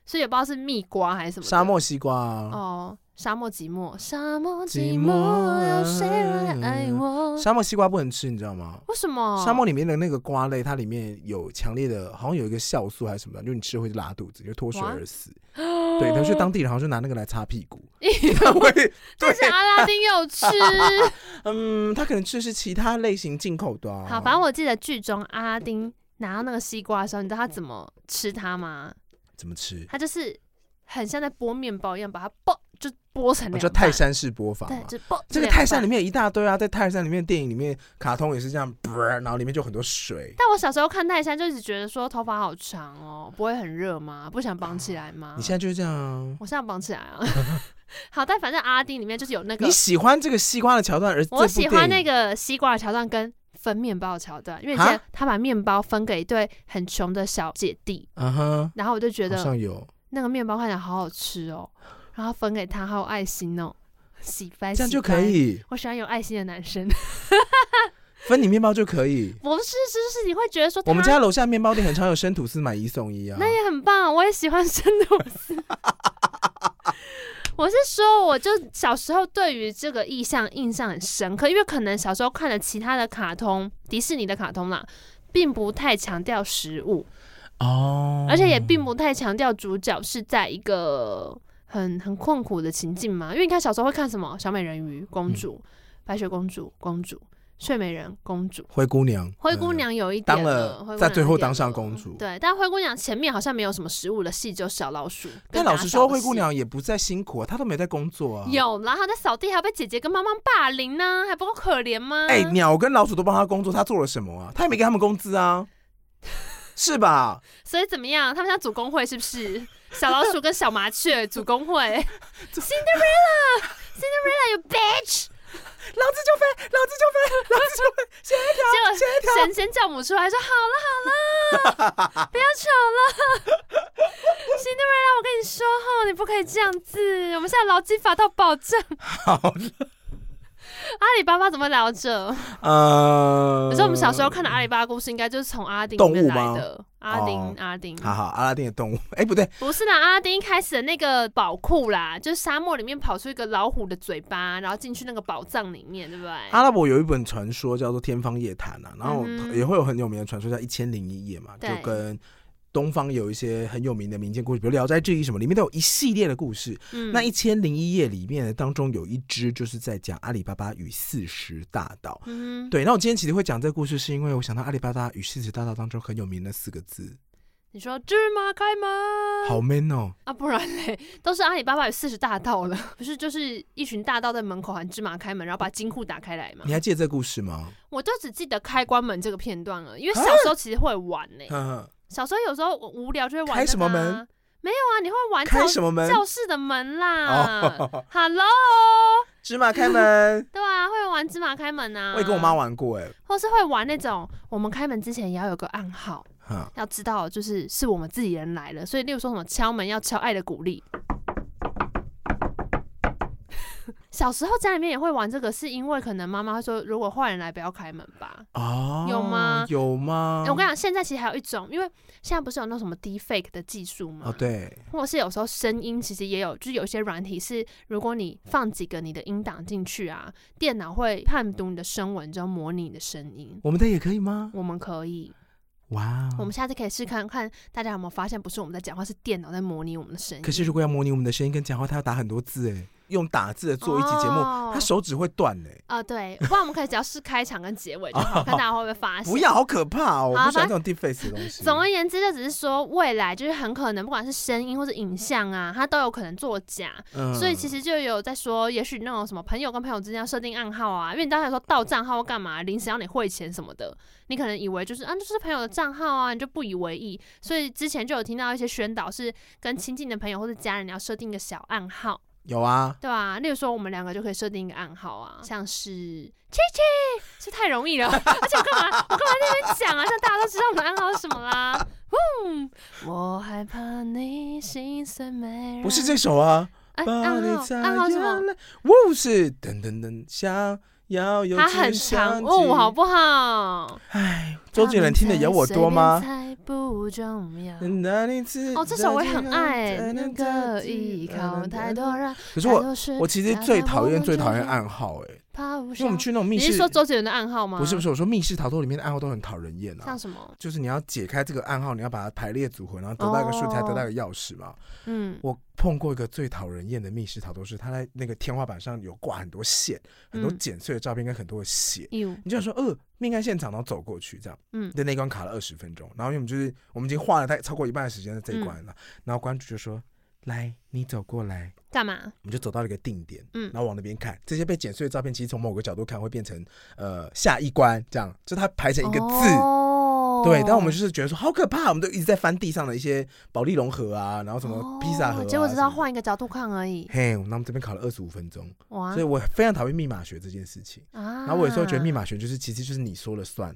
[SPEAKER 2] 所以也不知道是蜜瓜还是什么的
[SPEAKER 1] 沙漠西瓜啊，
[SPEAKER 2] 哦，沙漠寂寞，沙漠寂
[SPEAKER 1] 寂
[SPEAKER 2] 寞，
[SPEAKER 1] 寞
[SPEAKER 2] 有谁来爱我？
[SPEAKER 1] 沙漠西瓜不能吃，你知道吗？
[SPEAKER 2] 为什么？
[SPEAKER 1] 沙漠里面的那个瓜类，它里面有强烈的，好像有一个酵素还是什么的，就是你吃会拉肚子，就脱水
[SPEAKER 2] 哇
[SPEAKER 1] 而 死。对，但是当地人好像就拿那个来擦屁股，我也
[SPEAKER 2] 但是啊阿拉丁有吃。
[SPEAKER 1] 嗯，他可能吃的是其他类型进口的、啊。
[SPEAKER 2] 好，反正我记得剧中阿拉丁拿到那个西瓜的时候，你知道他怎么吃它吗？
[SPEAKER 1] 怎么吃？
[SPEAKER 2] 他就是很像在剥面包一样，把它剥就剥成
[SPEAKER 1] 我
[SPEAKER 2] 两
[SPEAKER 1] 叫
[SPEAKER 2] 半。
[SPEAKER 1] 哦泰山式播法
[SPEAKER 2] 对
[SPEAKER 1] 嘛，。
[SPEAKER 2] 就剥
[SPEAKER 1] 这个
[SPEAKER 2] 两半
[SPEAKER 1] 泰山里面有一大堆啊，在泰山里面电影里面、卡通也是这样， 然后里面就很多水。
[SPEAKER 2] 但我小时候看泰山，就一直觉得说头发好长哦，不会很热吗？不想绑起来吗？
[SPEAKER 1] 你现在就是这样啊。
[SPEAKER 2] 我现在绑起来啊。 好，但反正阿拉丁里面就是有那个
[SPEAKER 1] 你，喜欢这个西瓜的桥段，而这
[SPEAKER 2] 我
[SPEAKER 1] 部
[SPEAKER 2] 喜欢
[SPEAKER 1] 电
[SPEAKER 2] 那
[SPEAKER 1] 影
[SPEAKER 2] 个西瓜的桥段跟分面包的桥段，因为以前
[SPEAKER 1] 哈
[SPEAKER 2] 他把面包分给一对很穷的小姐弟，
[SPEAKER 1] 嗯哼，
[SPEAKER 2] 然后我就觉
[SPEAKER 1] 好
[SPEAKER 2] 得
[SPEAKER 1] 像有，
[SPEAKER 2] 那个面包看起来好好吃哦，然后分给他好有爱心哦，洗白
[SPEAKER 1] 这样就可。
[SPEAKER 2] 洗白
[SPEAKER 1] 以
[SPEAKER 2] 我喜欢有爱心的男生，
[SPEAKER 1] 分你面包就可以。
[SPEAKER 2] 不是，就是你会觉得说他
[SPEAKER 1] 我们家楼下面包店很常有生吐司买一送一啊。
[SPEAKER 2] 那也很棒，我也喜欢 生吐司。我是说，我就小时候对于这个意象印象很深刻，因为可能小时候看了其他的卡通，迪士尼的卡通啦，并不太强调食物，
[SPEAKER 1] 哦，
[SPEAKER 2] 而且也并不太强调主角是在一个很很困苦的情境嘛。因为你看小时候会看什么小美人鱼公主、白雪公主、公主，睡美人公主。
[SPEAKER 1] 灰姑娘，
[SPEAKER 2] 灰姑
[SPEAKER 1] 嗯
[SPEAKER 2] 娘有一点
[SPEAKER 1] 当
[SPEAKER 2] 了
[SPEAKER 1] 了
[SPEAKER 2] 灰姑娘
[SPEAKER 1] 在最后
[SPEAKER 2] 有一点
[SPEAKER 1] 当上
[SPEAKER 2] 了
[SPEAKER 1] 公主
[SPEAKER 2] 对，但灰姑娘前面好像没有什么食物的戏，就是小老鼠。
[SPEAKER 1] 但老
[SPEAKER 2] 跟打
[SPEAKER 1] 实
[SPEAKER 2] 扫
[SPEAKER 1] 说，
[SPEAKER 2] 的
[SPEAKER 1] 灰姑
[SPEAKER 2] 戏
[SPEAKER 1] 娘也不在辛苦啊，她都没在工作啊。
[SPEAKER 2] 有啦，她在扫地，还被姐姐跟妈妈霸凌呢、还不够可怜吗？
[SPEAKER 1] 哎、鸟跟老鼠都帮她工作，她做了什么啊？她也没给他们工资 啊，是吧？
[SPEAKER 2] 所以怎么样？他们像组工会是不是？小老鼠跟小麻雀组工 会，Cinderella，Cinderella，you bitch！
[SPEAKER 1] 老子就飞，老子就飞，老子就飞，协调，协
[SPEAKER 2] 结果
[SPEAKER 1] 调。
[SPEAKER 2] 神仙教母出来说：“好了好 了，不要吵了。”Cinderella，我跟你说哈，你不可以这样子，我们现在劳基法到保证。
[SPEAKER 1] 好，
[SPEAKER 2] 阿里巴巴怎么聊着？
[SPEAKER 1] 呃，
[SPEAKER 2] 可是我们小时候看的阿里巴巴故事，应该就是从阿丁里
[SPEAKER 1] 动
[SPEAKER 2] 面
[SPEAKER 1] 物
[SPEAKER 2] 来
[SPEAKER 1] 吗
[SPEAKER 2] 的。阿丁，
[SPEAKER 1] 哦
[SPEAKER 2] 阿丁，
[SPEAKER 1] 好好，阿拉丁的动物， 哎、不对，
[SPEAKER 2] 不是啦，阿拉丁一开始的那个宝库啦，就是沙漠里面跑出一个老虎的嘴巴，然后进去那个宝藏里面，对不对？
[SPEAKER 1] 阿拉伯有一本传说叫做《天方夜谭》啊，然后
[SPEAKER 2] 哎嗯哼
[SPEAKER 1] 也会有很有名的传说叫《一千零一夜》嘛，就
[SPEAKER 2] 对
[SPEAKER 1] 跟东方有一些很有名的民间故事，比如《聊斋志异》什么，里面都有一系列的故事。
[SPEAKER 2] 嗯
[SPEAKER 1] 那一千零一夜里面呢，当中有一支就是在讲阿里巴巴与四十大盗。
[SPEAKER 2] 嗯哼，
[SPEAKER 1] 对，那我今天其实会讲这个故事，是因为我想到阿里巴巴与四十大盗当中很有名的四个字，
[SPEAKER 2] 你说芝麻开门
[SPEAKER 1] 好 man 哦。
[SPEAKER 2] 啊，不然嘞，都是阿里巴巴有四十大盗了， 不是就是一群大盗在门口喊芝麻开门，然后把金库打开来嘛
[SPEAKER 1] 你？还记得这个故事吗？
[SPEAKER 2] 我就只记得开关门这个片段了，
[SPEAKER 1] 啊
[SPEAKER 2] 因为小时候其实会玩呢、
[SPEAKER 1] 嗯，
[SPEAKER 2] 小时候有时候我无聊就会玩、那个啊
[SPEAKER 1] 开什么门？
[SPEAKER 2] 没有啊，你会 玩
[SPEAKER 1] 开
[SPEAKER 2] 教
[SPEAKER 1] 什么门？
[SPEAKER 2] 教室的门啦。
[SPEAKER 1] 哦，
[SPEAKER 2] Hello，
[SPEAKER 1] 芝麻开门。
[SPEAKER 2] 对啊，会玩芝麻开门啊。
[SPEAKER 1] 我也跟我妈玩过哎、
[SPEAKER 2] 或是会玩那种，我们开门之前也要有个暗号，
[SPEAKER 1] 哈，
[SPEAKER 2] 要知道就是是我们自己人来了。所以，例如说什么敲门要敲爱的鼓励。 小时候家里面也会玩这个，是因为可能妈妈会说，如果坏人来不要开门吧。
[SPEAKER 1] 哦，
[SPEAKER 2] 有吗
[SPEAKER 1] 有吗？
[SPEAKER 2] 诶我跟你讲，现在其实还有一种，因为现在不是有那种什么 deepfake 的技术吗？
[SPEAKER 1] 哦，对，
[SPEAKER 2] 或者是有时候声音其实也有，就是有些软体是，如果你放几个你的音档进去啊，电脑会判读你的声纹，之后模拟你的声音。
[SPEAKER 1] 我们的也可以吗？
[SPEAKER 2] 我们可以，
[SPEAKER 1] 哇哦，
[SPEAKER 2] 我们下次可以试看看，大家有没有发现，不是我们在讲话，是电脑在模拟我们的声音。
[SPEAKER 1] 可是如果要模拟我们的声音跟讲话，他要打很多字哎，用打字的做一集节目，
[SPEAKER 2] 哦
[SPEAKER 1] 他手指会断哎。
[SPEAKER 2] 啊、对，不然我们可以只要试开场跟结尾 就好，看大家会不会发现。
[SPEAKER 1] 不要，好可怕哦！我
[SPEAKER 2] 好
[SPEAKER 1] 不喜欢这种 deep face 的东西。
[SPEAKER 2] 总而言之，这只是说未来就是很可能，不管是声音或是影像啊，它都有可能作假。
[SPEAKER 1] 嗯
[SPEAKER 2] 所以其实就有在说，也许那种什么朋友跟朋友之间要设定暗号啊，因为你刚才说盗账号或干嘛，临时要你汇钱什么的，你可能以为就是啊，就是朋友的账号啊，你就不以为意。所以之前就有听到一些宣导是跟亲近的朋友或者家人你要设定一个小暗号，
[SPEAKER 1] 有啊，
[SPEAKER 2] 对吧、例如说我们两个就可以设定一个暗号啊，像是切切，是太容易了， 而且我干嘛我干嘛在那边讲啊，像大家都知道我们的暗号是什么啦。嗯，我害怕你心碎没人。
[SPEAKER 1] 不是这首啊。
[SPEAKER 2] 哎
[SPEAKER 1] 把
[SPEAKER 2] 暗
[SPEAKER 1] 你
[SPEAKER 2] 号
[SPEAKER 1] 擦
[SPEAKER 2] 暗号是什么
[SPEAKER 1] 眼？泪？呜是噔噔噔，想要有
[SPEAKER 2] 它很
[SPEAKER 1] 只
[SPEAKER 2] 长
[SPEAKER 1] 相
[SPEAKER 2] 哦，
[SPEAKER 1] 机
[SPEAKER 2] 好。不好？
[SPEAKER 1] 哎，周杰伦听的有我多吗？那你知
[SPEAKER 2] 哦，这首我也很爱，
[SPEAKER 1] 噔噔噔
[SPEAKER 2] 那个依靠太多人。
[SPEAKER 1] 可是
[SPEAKER 2] 太
[SPEAKER 1] 我
[SPEAKER 2] 多事
[SPEAKER 1] 我其实最
[SPEAKER 2] 啊
[SPEAKER 1] 讨厌最讨厌暗号哎，
[SPEAKER 2] 怕无
[SPEAKER 1] 因为我们
[SPEAKER 2] 效
[SPEAKER 1] 去那种密
[SPEAKER 2] 你是
[SPEAKER 1] 室
[SPEAKER 2] 说，周杰伦的暗号吗？
[SPEAKER 1] 不是不是，我说密室逃脱里面的暗号都很讨人厌啊
[SPEAKER 2] 啊像。什么？
[SPEAKER 1] 就是你要解开这个暗号，你要把它排列组合，然后得到一个数字，才
[SPEAKER 2] 哦
[SPEAKER 1] 得到一个钥匙嘛。
[SPEAKER 2] 嗯，
[SPEAKER 1] 我碰过一个最讨人厌的密室逃脱是，他在那个天花板上有挂很多线，很多
[SPEAKER 2] 嗯
[SPEAKER 1] 剪碎的照片跟很多的血。
[SPEAKER 2] 有
[SPEAKER 1] 你就想说，呃，命案现场，然后走过去这样，
[SPEAKER 2] 嗯
[SPEAKER 1] 嗯，在那一关卡了二十分钟，然后因为我们就是我们已经花了大概超过一半的时间在
[SPEAKER 2] 嗯
[SPEAKER 1] 这一关了，然后关主就说，来，你走过来，
[SPEAKER 2] 干嘛？
[SPEAKER 1] 我们就走到了一个定点，
[SPEAKER 2] 嗯
[SPEAKER 1] 嗯，然后往那边看，这些被剪碎的照片，其实从某个角度看会变成呃下一关这样，就它排成一个字，
[SPEAKER 2] 哦
[SPEAKER 1] 对，但我们就是觉得说好可怕，我们都一直在翻地上的一些保利龙盒啊，然后什么披萨盒、啊
[SPEAKER 2] 哦结果只
[SPEAKER 1] 知
[SPEAKER 2] 是
[SPEAKER 1] 道
[SPEAKER 2] 要。换一个角度看而已。
[SPEAKER 1] 嘿，那我们这边考了二十五分钟，
[SPEAKER 2] 哇
[SPEAKER 1] 所以我非常讨厌密码学这件事情。
[SPEAKER 2] 啊！
[SPEAKER 1] 然后我有时候觉得密
[SPEAKER 2] 码
[SPEAKER 1] 码学就是其实就是你说了算，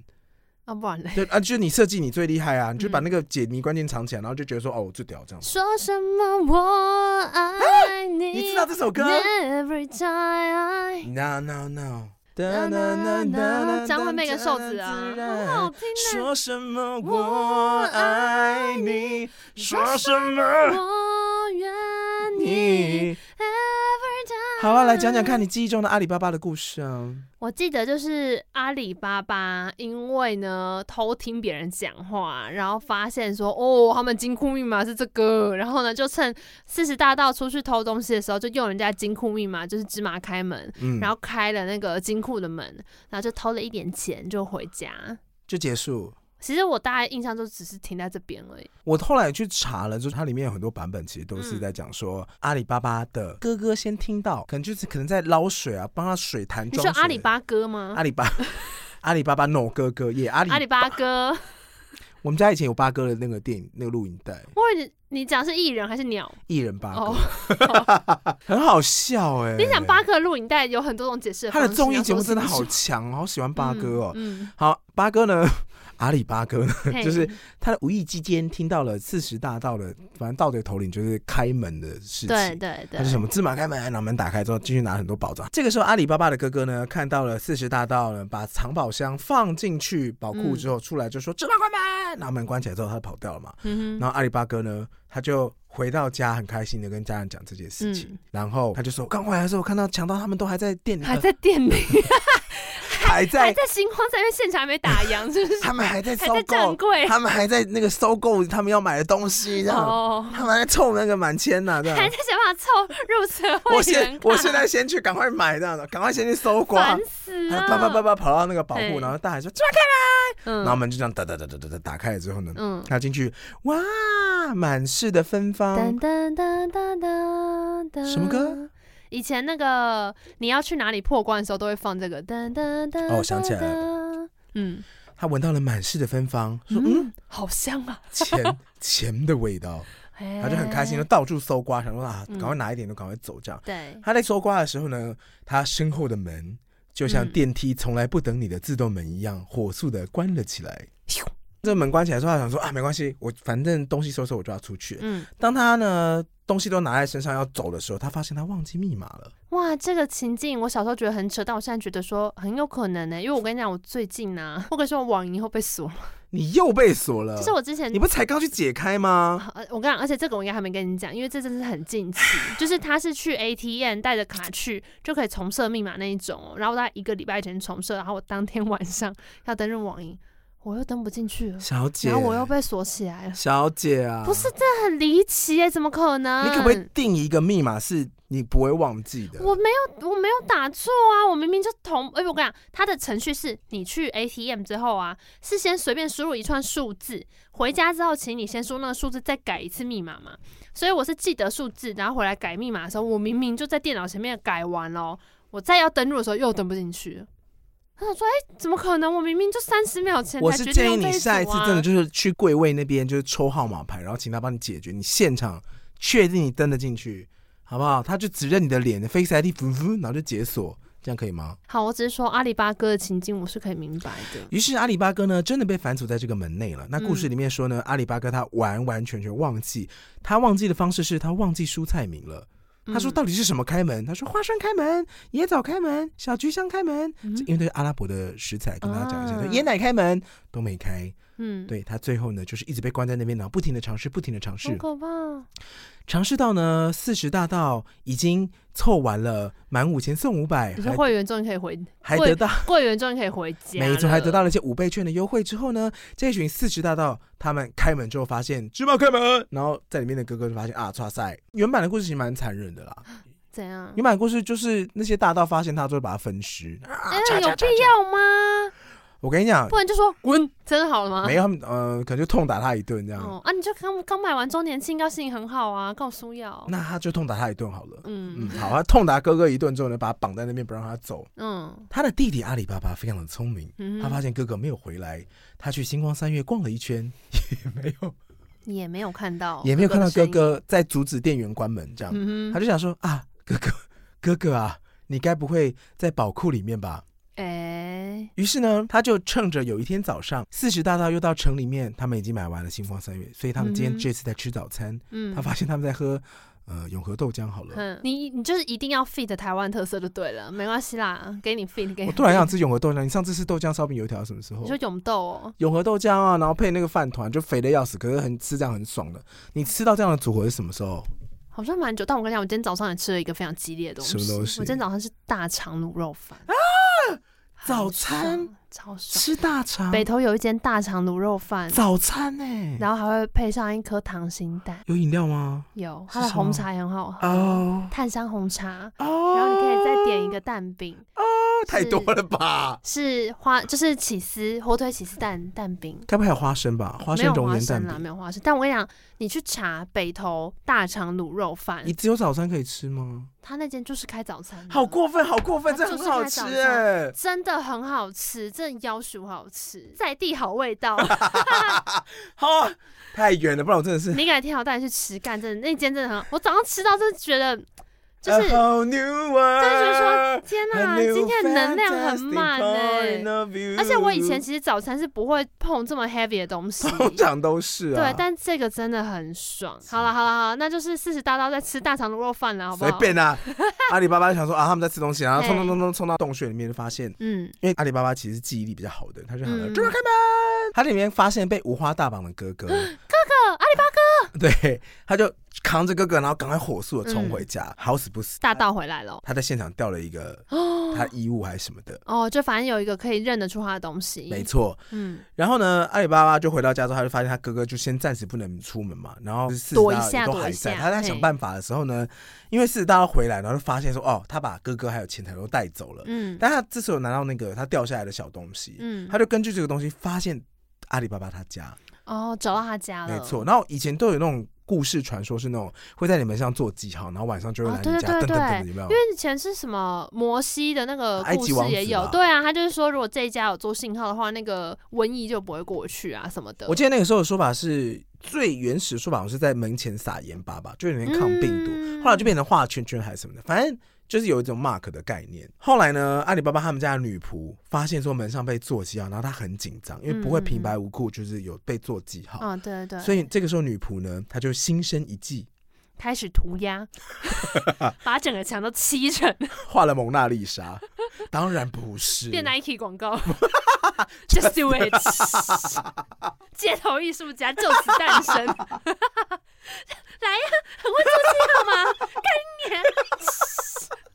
[SPEAKER 2] 啊，不然嘞，
[SPEAKER 1] 对啊，就是你设计你最厉害啊，你就把
[SPEAKER 2] 嗯
[SPEAKER 1] 那个解谜关键藏起来，然后就觉得说哦我最屌这样。
[SPEAKER 2] 说什么我爱啊你？
[SPEAKER 1] 你知道这首歌啊
[SPEAKER 2] Every time I
[SPEAKER 1] ？No No No。
[SPEAKER 2] 哒哒哒哒张惠妹跟瘦子啊，很好听呢、
[SPEAKER 1] 说什么我爱你？说什么
[SPEAKER 2] 我愿意
[SPEAKER 1] 你？
[SPEAKER 2] ，Every time
[SPEAKER 1] 好啊了，来讲讲看你记忆中的阿里巴巴的故事啊。
[SPEAKER 2] 我记得就是阿里巴巴，因为呢偷听别人讲话，然后发现说哦，他们金库密码是这个，然后呢就趁四十大盗出去偷东西的时候，就用人家金库密码，就是芝麻开门，
[SPEAKER 1] 嗯，
[SPEAKER 2] 然后开了那个金库的门，然后就偷了一点钱就回家。
[SPEAKER 1] 就结束。
[SPEAKER 2] 其实我大概印象就只是停在这边而已。
[SPEAKER 1] 我后来去查了，就是它里面有很多版本，其实都是
[SPEAKER 2] 嗯
[SPEAKER 1] 在讲说、阿里巴巴的哥哥先听到，可能就是可能在捞水啊，帮他水潭
[SPEAKER 2] 你
[SPEAKER 1] 装
[SPEAKER 2] 说
[SPEAKER 1] 水。
[SPEAKER 2] 阿里巴哥吗？
[SPEAKER 1] 阿里巴 阿里巴巴 no 哥哥也阿里
[SPEAKER 2] 阿里巴哥，
[SPEAKER 1] 我们家以前有八哥的那个电影那个录影带，
[SPEAKER 2] 我以为你你讲是艺人还是鸟？
[SPEAKER 1] 一人八哥，
[SPEAKER 2] 哦，
[SPEAKER 1] 很好笑哎、
[SPEAKER 2] 你讲八哥的录影带有很多种解释。
[SPEAKER 1] 他的综艺节目真的
[SPEAKER 2] 要
[SPEAKER 1] 好
[SPEAKER 2] 说是不是
[SPEAKER 1] 强，好喜欢八哥哦。
[SPEAKER 2] 嗯，
[SPEAKER 1] 好，八哥呢？ 阿里巴哥呢？
[SPEAKER 2] 嗯嘿
[SPEAKER 1] 就是他无意之间听到了四十大盗的，反正盗贼头领就是开门的事情。
[SPEAKER 2] 对对
[SPEAKER 1] 他是
[SPEAKER 2] 对，
[SPEAKER 1] 什么芝麻开门，然后门打开之后，继续拿很多宝藏。这个时候，阿里巴巴的哥哥呢，看到了四十大盗呢，把藏宝箱放进去宝
[SPEAKER 2] 嗯
[SPEAKER 1] 库之后，出来就说芝麻关门，然后门关起来之后，他跑掉了嘛。
[SPEAKER 2] 嗯哼，
[SPEAKER 1] 然后阿里巴哥呢，他就回到家，很开心的跟家人讲这件事情。
[SPEAKER 2] 嗯
[SPEAKER 1] 然后他就说，刚回来的时候，我看到强盗他们都还在店里，
[SPEAKER 2] 还
[SPEAKER 1] 呃
[SPEAKER 2] 在 店里，
[SPEAKER 1] 还
[SPEAKER 2] 还
[SPEAKER 1] 在，
[SPEAKER 2] 在星光三月现场还没打烊，是不是？
[SPEAKER 1] 他们 还在
[SPEAKER 2] 还
[SPEAKER 1] 收
[SPEAKER 2] 在站
[SPEAKER 1] 购，
[SPEAKER 2] 柜
[SPEAKER 1] 他们还在那个收购他们要买的东西，然后、
[SPEAKER 2] 哦，
[SPEAKER 1] 他们还在凑那个满千呐、这
[SPEAKER 2] 还
[SPEAKER 1] 样。
[SPEAKER 2] 在想办法凑入社
[SPEAKER 1] 我
[SPEAKER 2] 会
[SPEAKER 1] 现
[SPEAKER 2] 员卡，
[SPEAKER 1] 我现在先去赶快买这样的，赶快先去搜刮
[SPEAKER 2] 烦。死
[SPEAKER 1] 他
[SPEAKER 2] 了，
[SPEAKER 1] 叭叭叭叭跑到那个宝库，
[SPEAKER 2] 对
[SPEAKER 1] 然后大喊说“抓开
[SPEAKER 2] 嗯，”，
[SPEAKER 1] 然后门就这样哒哒哒哒哒哒打开了之后呢，
[SPEAKER 2] 嗯，
[SPEAKER 1] 他进去，哇，满室的芬芳
[SPEAKER 2] 噔，噔噔噔噔噔，
[SPEAKER 1] 什么歌？
[SPEAKER 2] 以前那个你要去哪里破关的时候，都会放这个噔噔噔。
[SPEAKER 1] 哦我想起来
[SPEAKER 2] 了，嗯
[SPEAKER 1] 他闻到了满室的芬芳，说嗯，
[SPEAKER 2] 嗯，好香啊！
[SPEAKER 1] 钱钱的味道，
[SPEAKER 2] 他
[SPEAKER 1] 他就很开心，就到处搜刮，想说啊，
[SPEAKER 2] 哎嗯
[SPEAKER 1] 赶快拿一点，就赶快走这样。
[SPEAKER 2] 对，
[SPEAKER 1] 他在搜刮的时候呢，他身后的门就像
[SPEAKER 2] 嗯
[SPEAKER 1] 电梯从来不等你的自动门一样，火速的关了起来。这门关起来之后，他想说啊，没关系，我反正东西收收，我就要出去了。
[SPEAKER 2] 嗯，
[SPEAKER 1] 当他呢东西都拿在身上要走的时候，他发现他忘记密码了。
[SPEAKER 2] 哇，这个情境我小时候觉得很扯，但我现在觉得说很有可能呢、因为我跟你讲，我最近呢、我跟你说我网银会被锁，
[SPEAKER 1] 你又被锁了，
[SPEAKER 2] 就是我之前
[SPEAKER 1] 你。不才刚去解开吗？
[SPEAKER 2] 呃我跟你讲，而且这个我应该还没跟你讲，因为这真的是很近期，就是他是去 ATM 带着卡去就可以重设密码那一种哦、然后我大概一个礼拜前重设，然后我当天 晚上要登入网银，我又登不进去了，
[SPEAKER 1] 小姐，
[SPEAKER 2] 嗯然后我又被锁起来了，
[SPEAKER 1] 小姐啊，
[SPEAKER 2] 不是，嗯这很离奇耶、怎么可能？
[SPEAKER 1] 你可不可以定一个密码是你不会忘记的？
[SPEAKER 2] 我没有，我没有打错啊！我明明就同，哎、我跟你讲，它的程序是你去 ATM 之后啊，是先随便输入一串数字，回家之后，请你先输那个数字，再改一次密码嘛。所以我是记得数字，然后回来改密码的时候，我明明就在电脑前面改完了，我再要登录的时候又登不进去了。他想说：“哎、怎么可能？我明明就三十秒前
[SPEAKER 1] 我
[SPEAKER 2] 才
[SPEAKER 1] 是
[SPEAKER 2] 决定
[SPEAKER 1] 建议
[SPEAKER 2] 用这
[SPEAKER 1] 你
[SPEAKER 2] 一组
[SPEAKER 1] 下
[SPEAKER 2] 啊！”
[SPEAKER 1] 一次真的就是去柜位那边，就是抽号码牌，然后请他帮你解决，你现场确定你登得进去，好不好？他就只认你的脸，Face ID，噗噗然后就解锁，这样可以吗？
[SPEAKER 2] 好，我只是说阿里巴巴的情境我是可以明白的。
[SPEAKER 1] 于是阿里巴哥呢，真的被反锁在这个门内了。那故事
[SPEAKER 2] 嗯
[SPEAKER 1] 里面说呢，阿里巴哥他完完全全忘记，他忘记的方式是他忘记蔬菜名了。他说
[SPEAKER 2] 嗯
[SPEAKER 1] 到底是什么开门？他说花生开门，椰枣开门，小菊香开门，
[SPEAKER 2] 嗯
[SPEAKER 1] 因为这是阿拉伯的食材，跟大家讲一下。
[SPEAKER 2] 啊
[SPEAKER 1] 椰奶开门都没开，
[SPEAKER 2] 嗯，
[SPEAKER 1] 对他最后呢，就是一直被关在那边，然后不停的尝试，不停的尝
[SPEAKER 2] 好
[SPEAKER 1] 试，
[SPEAKER 2] 可怕哦。
[SPEAKER 1] 哎尝试到呢四十大盗已经凑完了满五千送五百，
[SPEAKER 2] 你说
[SPEAKER 1] 还
[SPEAKER 2] 会员终于可以回
[SPEAKER 1] 还得到
[SPEAKER 2] 柜员终于可以回家了，
[SPEAKER 1] 没错，还得到了一些五倍券的优惠之后呢，这群四十大盗他们开门之后发现芝麻开门，然后在里面的哥哥就发现啊，哇塞！原版的故事其实蛮残忍的啦，
[SPEAKER 2] 嗯怎样？
[SPEAKER 1] 原版的故事就是那些大盗发现他就会把它分尸。啊
[SPEAKER 2] 哎、
[SPEAKER 1] 嚓
[SPEAKER 2] 有
[SPEAKER 1] 嚓
[SPEAKER 2] 必
[SPEAKER 1] 嚓嚓
[SPEAKER 2] 要吗？
[SPEAKER 1] 我跟你讲
[SPEAKER 2] 不，然就说滚，真的好了吗？
[SPEAKER 1] 没有他们呃，可能就痛打他一顿这样，
[SPEAKER 2] 哦啊，你就刚刚买完周年庆，要心情很好啊，告苏耀。
[SPEAKER 1] 那他就痛打他一顿好了。嗯，
[SPEAKER 2] 嗯
[SPEAKER 1] 好，他痛打哥哥一顿之后呢，把他绑在那边不让他走。
[SPEAKER 2] 嗯
[SPEAKER 1] 他的弟弟阿里巴巴非常的聪明，
[SPEAKER 2] 嗯，
[SPEAKER 1] 他发现哥哥没有回来，他去星光三月逛了一 圈，也没有
[SPEAKER 2] 也没有看到，
[SPEAKER 1] 也没有看到哥
[SPEAKER 2] 哥哦的身影。
[SPEAKER 1] 哥在阻止店员关门这样。
[SPEAKER 2] 嗯
[SPEAKER 1] 他
[SPEAKER 2] 哼，
[SPEAKER 1] 就想说啊，哥 哥，哥哥啊，你该不会在宝库里面吧？
[SPEAKER 2] 哎、
[SPEAKER 1] 于是呢，他就趁着有一天早上，四十大盗又到城里面，他们已经买完了星光三月，所以他们今
[SPEAKER 2] 嗯
[SPEAKER 1] 天
[SPEAKER 2] 哼
[SPEAKER 1] 这次在吃早餐，
[SPEAKER 2] 嗯，
[SPEAKER 1] 他发现他们在喝呃永和豆浆好了。
[SPEAKER 2] 哼，你你就是一定要 fit 台湾特色就对了，没关系啦，给你 fit 给你。
[SPEAKER 1] 我突然想，吃永和豆浆，你上次吃豆浆烧饼油条什么时候
[SPEAKER 2] 你？说永豆哦，
[SPEAKER 1] 永和豆浆啊，然后配那个饭团，就肥的要死，可是很吃这样很爽的。你吃到这样的组合是什么时候？
[SPEAKER 2] 好像蛮久，但我跟你讲，我今天早上也吃了一个非常激烈的东西。
[SPEAKER 1] 什么东西
[SPEAKER 2] 我今天早上是大肠卤肉饭啊，
[SPEAKER 1] 早餐
[SPEAKER 2] 超爽。
[SPEAKER 1] 吃大肠，
[SPEAKER 2] 北头有一间大肠卤肉饭，
[SPEAKER 1] 早餐呢、
[SPEAKER 2] 然后还会配上一颗溏心蛋，
[SPEAKER 1] 有饮料吗？
[SPEAKER 2] 有
[SPEAKER 1] 是
[SPEAKER 2] 它的
[SPEAKER 1] 什么
[SPEAKER 2] 红茶也很好喝，
[SPEAKER 1] 哦
[SPEAKER 2] 炭香红茶。
[SPEAKER 1] 哦，
[SPEAKER 2] 然后你可以再点一个蛋饼，
[SPEAKER 1] 哦，太多了吧？
[SPEAKER 2] 是花就是起司火腿起司蛋蛋饼，
[SPEAKER 1] 该不会还有花生吧？花
[SPEAKER 2] 没
[SPEAKER 1] 生
[SPEAKER 2] 有
[SPEAKER 1] 熔
[SPEAKER 2] 花
[SPEAKER 1] 岩蛋
[SPEAKER 2] 生啦，啊
[SPEAKER 1] 饼。
[SPEAKER 2] 没有花生。但我跟你讲，你去查北头大肠卤肉饭
[SPEAKER 1] 你，只有早餐可以吃吗？
[SPEAKER 2] 他那间就是开早餐的，
[SPEAKER 1] 好过分，好过分，
[SPEAKER 2] 它
[SPEAKER 1] 这
[SPEAKER 2] 就
[SPEAKER 1] 很
[SPEAKER 2] 是
[SPEAKER 1] 好
[SPEAKER 2] 开
[SPEAKER 1] 吃
[SPEAKER 2] 早
[SPEAKER 1] 哎、
[SPEAKER 2] 真的很好吃，真的要求好吃，在地好味道。
[SPEAKER 1] 好、啊，太远了，不然我真的是。
[SPEAKER 2] 你改天我带你去吃，干真的那间真的很好，我早上吃到真的觉得就
[SPEAKER 1] A
[SPEAKER 2] 是。
[SPEAKER 1] whole new world,
[SPEAKER 2] 真的觉得说，天呐，
[SPEAKER 1] a new
[SPEAKER 2] 今天的能量很
[SPEAKER 1] 啊
[SPEAKER 2] 满
[SPEAKER 1] fantastic 嗯 point
[SPEAKER 2] 呢、
[SPEAKER 1] of view
[SPEAKER 2] 而且我以前其实早餐是不会碰这么 heavy 的 东西，
[SPEAKER 1] 通常都是啊，
[SPEAKER 2] 对，但这个真的很爽。好了好了好了，那就是四十大刀在吃大肠卤肉饭了，好不
[SPEAKER 1] 随
[SPEAKER 2] 好？
[SPEAKER 1] 便啊。阿里巴巴想说啊，他们在吃东西，然后冲
[SPEAKER 2] 嘿
[SPEAKER 1] 冲冲冲冲到洞穴里面，就发现，
[SPEAKER 2] 嗯，
[SPEAKER 1] 因为阿里巴巴其实记忆力比较好的，他就喊了“
[SPEAKER 2] 嗯
[SPEAKER 1] 猪肉开门”，他里面发现被五花大绑的哥哥，哥哥，阿里巴哥，对，他就扛着哥哥，然后赶快火速的冲回家，好死不死，
[SPEAKER 2] 大盗回来了
[SPEAKER 1] 他在现场掉了一个
[SPEAKER 2] 哦
[SPEAKER 1] 他衣物还是什么的，
[SPEAKER 2] 哦，就反正有一个可以认得出他的东西，
[SPEAKER 1] 没，错。
[SPEAKER 2] 嗯，
[SPEAKER 1] 然后呢，阿里巴巴就回到家之后，他就发现他哥哥就先暂时不能出门嘛，然后四
[SPEAKER 2] 躲一
[SPEAKER 1] 十大
[SPEAKER 2] 下
[SPEAKER 1] 都
[SPEAKER 2] 躲
[SPEAKER 1] 还
[SPEAKER 2] 一
[SPEAKER 1] 在。
[SPEAKER 2] 下
[SPEAKER 1] 他在
[SPEAKER 2] 嘿
[SPEAKER 1] 想办法的时候呢，因为四十大要回来，然后就发现说，哦，他把哥哥还有钱财都带走了。
[SPEAKER 2] 嗯
[SPEAKER 1] 但他这时候拿到那个他掉下来的小东西，
[SPEAKER 2] 嗯，
[SPEAKER 1] 他就根据这个东西发现阿里巴巴他家，
[SPEAKER 2] 哦，找到他家了，
[SPEAKER 1] 没错。然后以前都有那种故事传说，是那种会在你门上做记号，然后晚上就会
[SPEAKER 2] 哦
[SPEAKER 1] 来
[SPEAKER 2] 对
[SPEAKER 1] 你
[SPEAKER 2] 对
[SPEAKER 1] 家，
[SPEAKER 2] 对
[SPEAKER 1] 噔噔噔，
[SPEAKER 2] 对
[SPEAKER 1] 有没有
[SPEAKER 2] 因？为以前是什么摩西的那个
[SPEAKER 1] 埃
[SPEAKER 2] 故
[SPEAKER 1] 及
[SPEAKER 2] 事
[SPEAKER 1] 王子
[SPEAKER 2] 也有
[SPEAKER 1] 吧，
[SPEAKER 2] 对啊，他就是说如果这一家有做信号的话，那个瘟疫就不会过去啊什么的。
[SPEAKER 1] 我记得那个时候的说法是最原始的说法，好像是在门前撒盐巴吧，就有点抗病毒。
[SPEAKER 2] 嗯
[SPEAKER 1] 后来就变成画圈圈还是什么的，反正就是有一种 mark 的概念。后来呢，阿里巴巴他们家的女仆发现说门上被做记号，然后她很紧张，因为不会平白无故就是有被做记号，
[SPEAKER 2] 嗯，对对对，
[SPEAKER 1] 所以这个时候女仆呢，她就心生一计，
[SPEAKER 2] 开始涂鸦，把整个墙都漆成
[SPEAKER 1] 画了蒙娜丽莎。当然不是，
[SPEAKER 2] 变 Nike 广告，Just do it，街头艺术家就此诞 生。来呀、很会做记号吗？干你娘！啊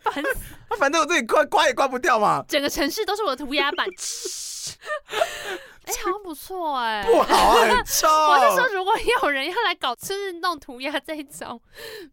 [SPEAKER 2] 烦死！
[SPEAKER 1] 反正我自己刮刮也刮不掉 嘛，
[SPEAKER 2] 整个城市都是我的涂鸦 板。哎、好像不错哎、
[SPEAKER 1] 不好啊，很臭。
[SPEAKER 2] 我是说，如果有人要来搞，就是弄涂鸦这一种，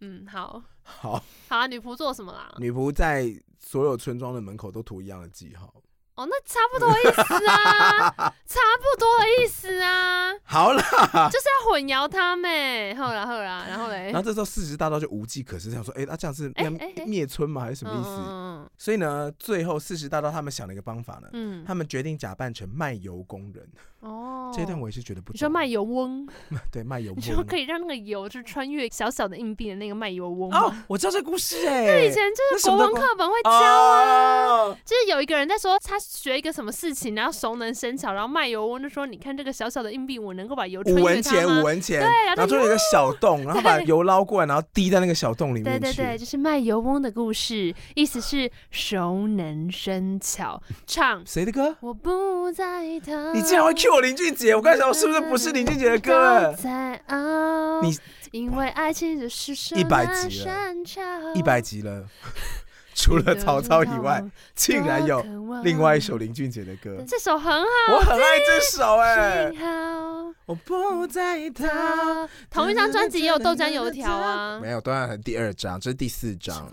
[SPEAKER 2] 嗯，好，
[SPEAKER 1] 好，
[SPEAKER 2] 好啊，女仆做什么啦？
[SPEAKER 1] 女仆在所有村庄的门口都涂一样的记号。
[SPEAKER 2] 哦，那差不多意思啊，差不多的意思啊，
[SPEAKER 1] 好了，
[SPEAKER 2] 就是要混淆他们。后啦后啦，然后嘞
[SPEAKER 1] 然，后这时候四十大盗就无计可施，想说，哎、那、这样是
[SPEAKER 2] 哎
[SPEAKER 1] 要
[SPEAKER 2] 哎哎
[SPEAKER 1] 灭村吗？还是什么意思？
[SPEAKER 2] 嗯
[SPEAKER 1] 所以呢，最后四十大盗他们想了一个方法呢，
[SPEAKER 2] 嗯嗯
[SPEAKER 1] 他们决定假扮成卖油工人。
[SPEAKER 2] 嗯，哦，
[SPEAKER 1] 这一段我也是觉得不
[SPEAKER 2] 你
[SPEAKER 1] 错。
[SPEAKER 2] 说卖油翁，
[SPEAKER 1] 对卖油
[SPEAKER 2] 你说
[SPEAKER 1] 工
[SPEAKER 2] 可以让那个油就穿越小小的硬币的那个卖油翁吗？
[SPEAKER 1] 哦，我知道这故事哎、
[SPEAKER 2] 那以前就
[SPEAKER 1] 那
[SPEAKER 2] 是
[SPEAKER 1] 什么
[SPEAKER 2] 国文
[SPEAKER 1] 都
[SPEAKER 2] 课本会教啊。
[SPEAKER 1] 哦，
[SPEAKER 2] 就是有一个人在说他学一个什么事情，然后熟能生巧，然后卖油翁就说：“你看这个小小的硬币，我能够把油穿
[SPEAKER 1] 五文
[SPEAKER 2] 越它
[SPEAKER 1] 钱，
[SPEAKER 2] 吗
[SPEAKER 1] 五文钱，
[SPEAKER 2] 对然后
[SPEAKER 1] 然后
[SPEAKER 2] 就
[SPEAKER 1] 就有一个小洞，然后把油捞过来，然后滴在那个小洞里面
[SPEAKER 2] 对
[SPEAKER 1] 去。
[SPEAKER 2] 对对，就是卖油翁的故事，意思是熟能生巧。唱
[SPEAKER 1] 谁的歌？
[SPEAKER 2] 我不在他，
[SPEAKER 1] 你竟然会 cue 我林俊杰？我刚才
[SPEAKER 2] 嗯
[SPEAKER 1] 想是不是不是林俊杰的歌？
[SPEAKER 2] 在熬，
[SPEAKER 1] 你
[SPEAKER 2] 因为爱情就是手
[SPEAKER 1] 100
[SPEAKER 2] 拿
[SPEAKER 1] 集了
[SPEAKER 2] 山丘
[SPEAKER 1] 一百集 了，除了曹操以外，，竟然有另外一首林俊杰的歌。
[SPEAKER 2] 这首很
[SPEAKER 1] 我很爱这首哎、
[SPEAKER 2] 好听好。
[SPEAKER 1] 我不再逃。
[SPEAKER 2] 他同一张专辑也有《豆浆油条》啊。
[SPEAKER 1] 没有，豆浆油条第二章，这是第四章，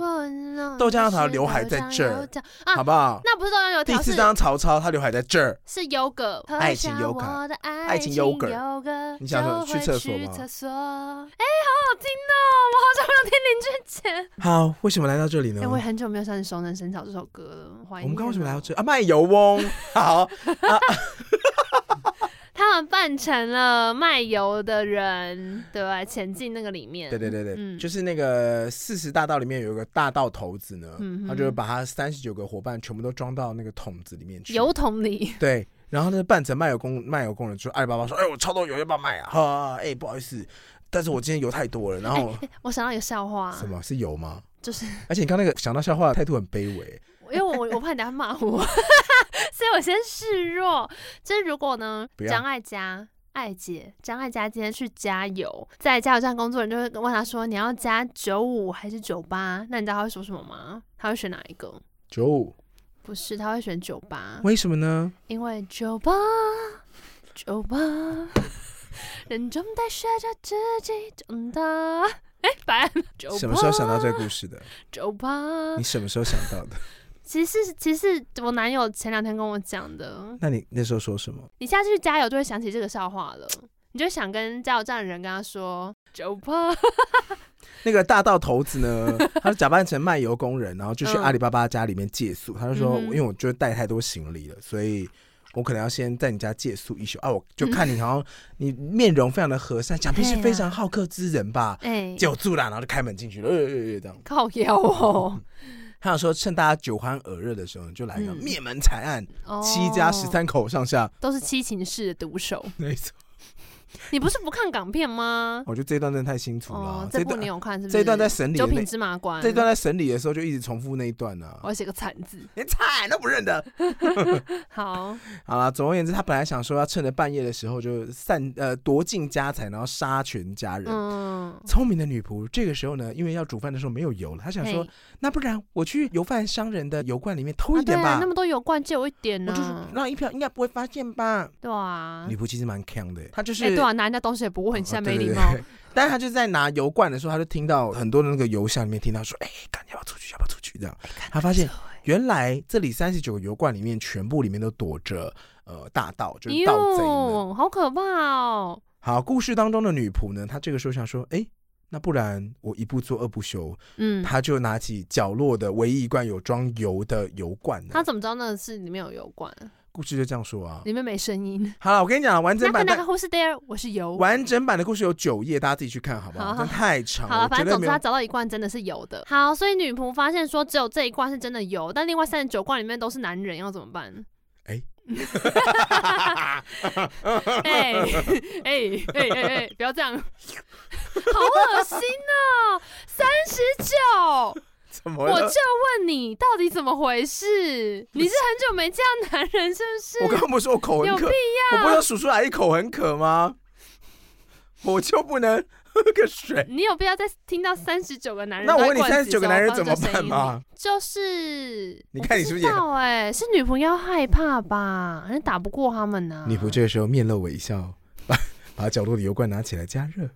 [SPEAKER 1] 豆
[SPEAKER 2] 豆
[SPEAKER 1] 浆油条刘海在这儿
[SPEAKER 2] 啊
[SPEAKER 1] 好，不好？
[SPEAKER 2] 那不是豆浆油
[SPEAKER 1] 第
[SPEAKER 2] 条，
[SPEAKER 1] 四
[SPEAKER 2] 是
[SPEAKER 1] 章曹操他刘海在这儿，
[SPEAKER 2] 是 yogurt，
[SPEAKER 1] 爱情
[SPEAKER 2] 喝下
[SPEAKER 1] yogurt，
[SPEAKER 2] 我的爱
[SPEAKER 1] 爱情 yogurt 你想说
[SPEAKER 2] 就会
[SPEAKER 1] 去厕所吗
[SPEAKER 2] 厕所，哎，好好听哦！我好久没有听林俊杰。
[SPEAKER 1] 好，为什么来到这里呢？
[SPEAKER 2] 哎，我也很久没有唱《熟能生巧》这首歌了，怀
[SPEAKER 1] 我
[SPEAKER 2] 念。
[SPEAKER 1] 们刚刚为什么来到？这啊？卖油翁， 好，
[SPEAKER 2] 嗯他们扮成了卖油的人，对吧？潜进那个里面。
[SPEAKER 1] 对对对对，
[SPEAKER 2] 嗯
[SPEAKER 1] 就是那个四十大盗里面有一个大盗头子呢
[SPEAKER 2] 嗯，哼
[SPEAKER 1] 他就把他三十九个伙伴全部都装到那个桶子里面去，
[SPEAKER 2] 油桶里，
[SPEAKER 1] 对，然后呢扮成卖油工卖油工人，说阿里巴巴说，哎，我超多油要不要卖啊？哈，哎，不好意思，但是我今天油太多了，然后
[SPEAKER 2] 我想到一个笑话，
[SPEAKER 1] 什么是油吗？
[SPEAKER 2] 就是
[SPEAKER 1] 而且你刚那个想到笑话的态度很卑微，
[SPEAKER 2] 因为我我我怕 人家骂我，所以我先示弱。就是如果呢
[SPEAKER 1] 不，要
[SPEAKER 2] 张艾嘉。艾姐张艾嘉今天去加油，在加油站工作人员就会问她说你要加九五还是九八？那你知道她会说什么吗？她会选哪一个？
[SPEAKER 1] 九五，
[SPEAKER 2] 不是，她会选九八，
[SPEAKER 1] 为什么呢？
[SPEAKER 2] 因为九八九八，人中代学着自己长大。 哎，白安九八
[SPEAKER 1] 什么时候想到这个故事的？
[SPEAKER 2] 九八？
[SPEAKER 1] 你什么时候想到的？
[SPEAKER 2] 其实是其实是我男友前两天跟我讲的，
[SPEAKER 1] 那你那时候说什么？
[SPEAKER 2] 你下次去加油就会想起这个笑话了，你就想跟加油站的人跟 他说九八，
[SPEAKER 1] 那个大道头子 呢，他假扮成卖油工人，然后就去
[SPEAKER 2] 嗯
[SPEAKER 1] 阿里巴巴家里面借宿。他就说，
[SPEAKER 2] 嗯哼
[SPEAKER 1] 因为我就带太多行李了，所以我可能要先在你家借宿一宿
[SPEAKER 2] 嗯
[SPEAKER 1] 啊。我就看你好像你面容非常的和善，想必是非常好客之人吧。
[SPEAKER 2] 哎、
[SPEAKER 1] 就住啦，然后就开门进去了，呃呃呃呃这样。
[SPEAKER 2] 靠腰哦，
[SPEAKER 1] 他想说，趁大家酒酣耳热的时候，你就来个
[SPEAKER 2] 嗯
[SPEAKER 1] 灭门惨案，
[SPEAKER 2] 哦
[SPEAKER 1] 七家十三口上下。
[SPEAKER 2] 都是七情室的毒手。
[SPEAKER 1] 没错，
[SPEAKER 2] 你不是不看港片吗？
[SPEAKER 1] 我觉得这一段真的太辛楚了啊。，
[SPEAKER 2] 哦这部
[SPEAKER 1] 段
[SPEAKER 2] 你有看是不是？
[SPEAKER 1] 这一段在审理的
[SPEAKER 2] 九
[SPEAKER 1] 那
[SPEAKER 2] 品芝麻官，
[SPEAKER 1] 这一段在审理的时候就一直重复那一段啊呢、
[SPEAKER 2] 我要写个惨 字。
[SPEAKER 1] 连菜都不认得。
[SPEAKER 2] 好，
[SPEAKER 1] 好啦，总而言之，他本来想说要趁着半夜的时候就散呃夺尽家财，然后杀全家人。
[SPEAKER 2] 嗯，
[SPEAKER 1] 聪明的女仆这个时候呢，因为要煮饭的时候没有油了，她想说
[SPEAKER 2] 嘿，
[SPEAKER 1] 那不然我去油饭商人的油罐里面偷
[SPEAKER 2] 啊
[SPEAKER 1] 一点
[SPEAKER 2] 对
[SPEAKER 1] 吧，
[SPEAKER 2] 啊，那么多油罐借我一点呢、
[SPEAKER 1] 我就是让一票应该不会发现吧。
[SPEAKER 2] 对啊，
[SPEAKER 1] 女仆其实蛮强的，欸她就是，
[SPEAKER 2] 哎、对啊，拿人家东西也不问，下没礼貌。
[SPEAKER 1] 哦对对对但是她就在拿油罐的时候，她就听到很多的那个油箱里面听到说，哎、赶紧要不要出去，要不要出去这样。
[SPEAKER 2] 哎
[SPEAKER 1] 她发现原来这里三十九个油罐里面，全部里面都躲着呃大盗，就是盗贼们。
[SPEAKER 2] 哟，好可怕哦！
[SPEAKER 1] 好，故事当中的女仆呢，她这个时候想说，哎，那不然我一不做二不休，
[SPEAKER 2] 嗯，
[SPEAKER 1] 她就拿起角落的唯一一罐有装油的油罐呢。
[SPEAKER 2] 他怎么知道那个是里面有油罐？
[SPEAKER 1] 故事就这样说啊。
[SPEAKER 2] 里面没声 音。
[SPEAKER 1] 好了，我跟你讲，完整
[SPEAKER 2] 那个
[SPEAKER 1] 版
[SPEAKER 2] 那个
[SPEAKER 1] 的
[SPEAKER 2] Who's there？我是油。
[SPEAKER 1] 完整版的故事有九页，大家自己去看好不好？
[SPEAKER 2] 好好
[SPEAKER 1] 真的太长
[SPEAKER 2] 好
[SPEAKER 1] 了，
[SPEAKER 2] 了，
[SPEAKER 1] 我
[SPEAKER 2] 反
[SPEAKER 1] 绝
[SPEAKER 2] 正
[SPEAKER 1] 对
[SPEAKER 2] 总之
[SPEAKER 1] 没
[SPEAKER 2] 他
[SPEAKER 1] 有。
[SPEAKER 2] 找到一罐真的是油的。好，所以女仆发现说只有这一罐是真的油，但另外三十九罐里面都是男人，要怎么办？
[SPEAKER 1] 哎
[SPEAKER 2] 哎哎哎哎哎！不要这样， 好恶心哦！三十九，
[SPEAKER 1] 怎么
[SPEAKER 2] 我
[SPEAKER 1] 了？
[SPEAKER 2] 就问你，到底怎么回事？你是很久没见到男人是不是？
[SPEAKER 1] 我刚刚不是说我口很
[SPEAKER 2] 有
[SPEAKER 1] 渴，
[SPEAKER 2] 必
[SPEAKER 1] 我不是说数出来一口很渴吗？ 我就不能喝个水？
[SPEAKER 2] 你有必要再听到三十九个男人？
[SPEAKER 1] 那我问你，三十九个男人怎么办？嘛？
[SPEAKER 2] 就是，
[SPEAKER 1] 你看你是不是也
[SPEAKER 2] 我知道哎、是女朋友害怕吧？人打不过他们啊呐、
[SPEAKER 1] 女仆这个时候面露微笑，把把角落的油罐拿起来加热。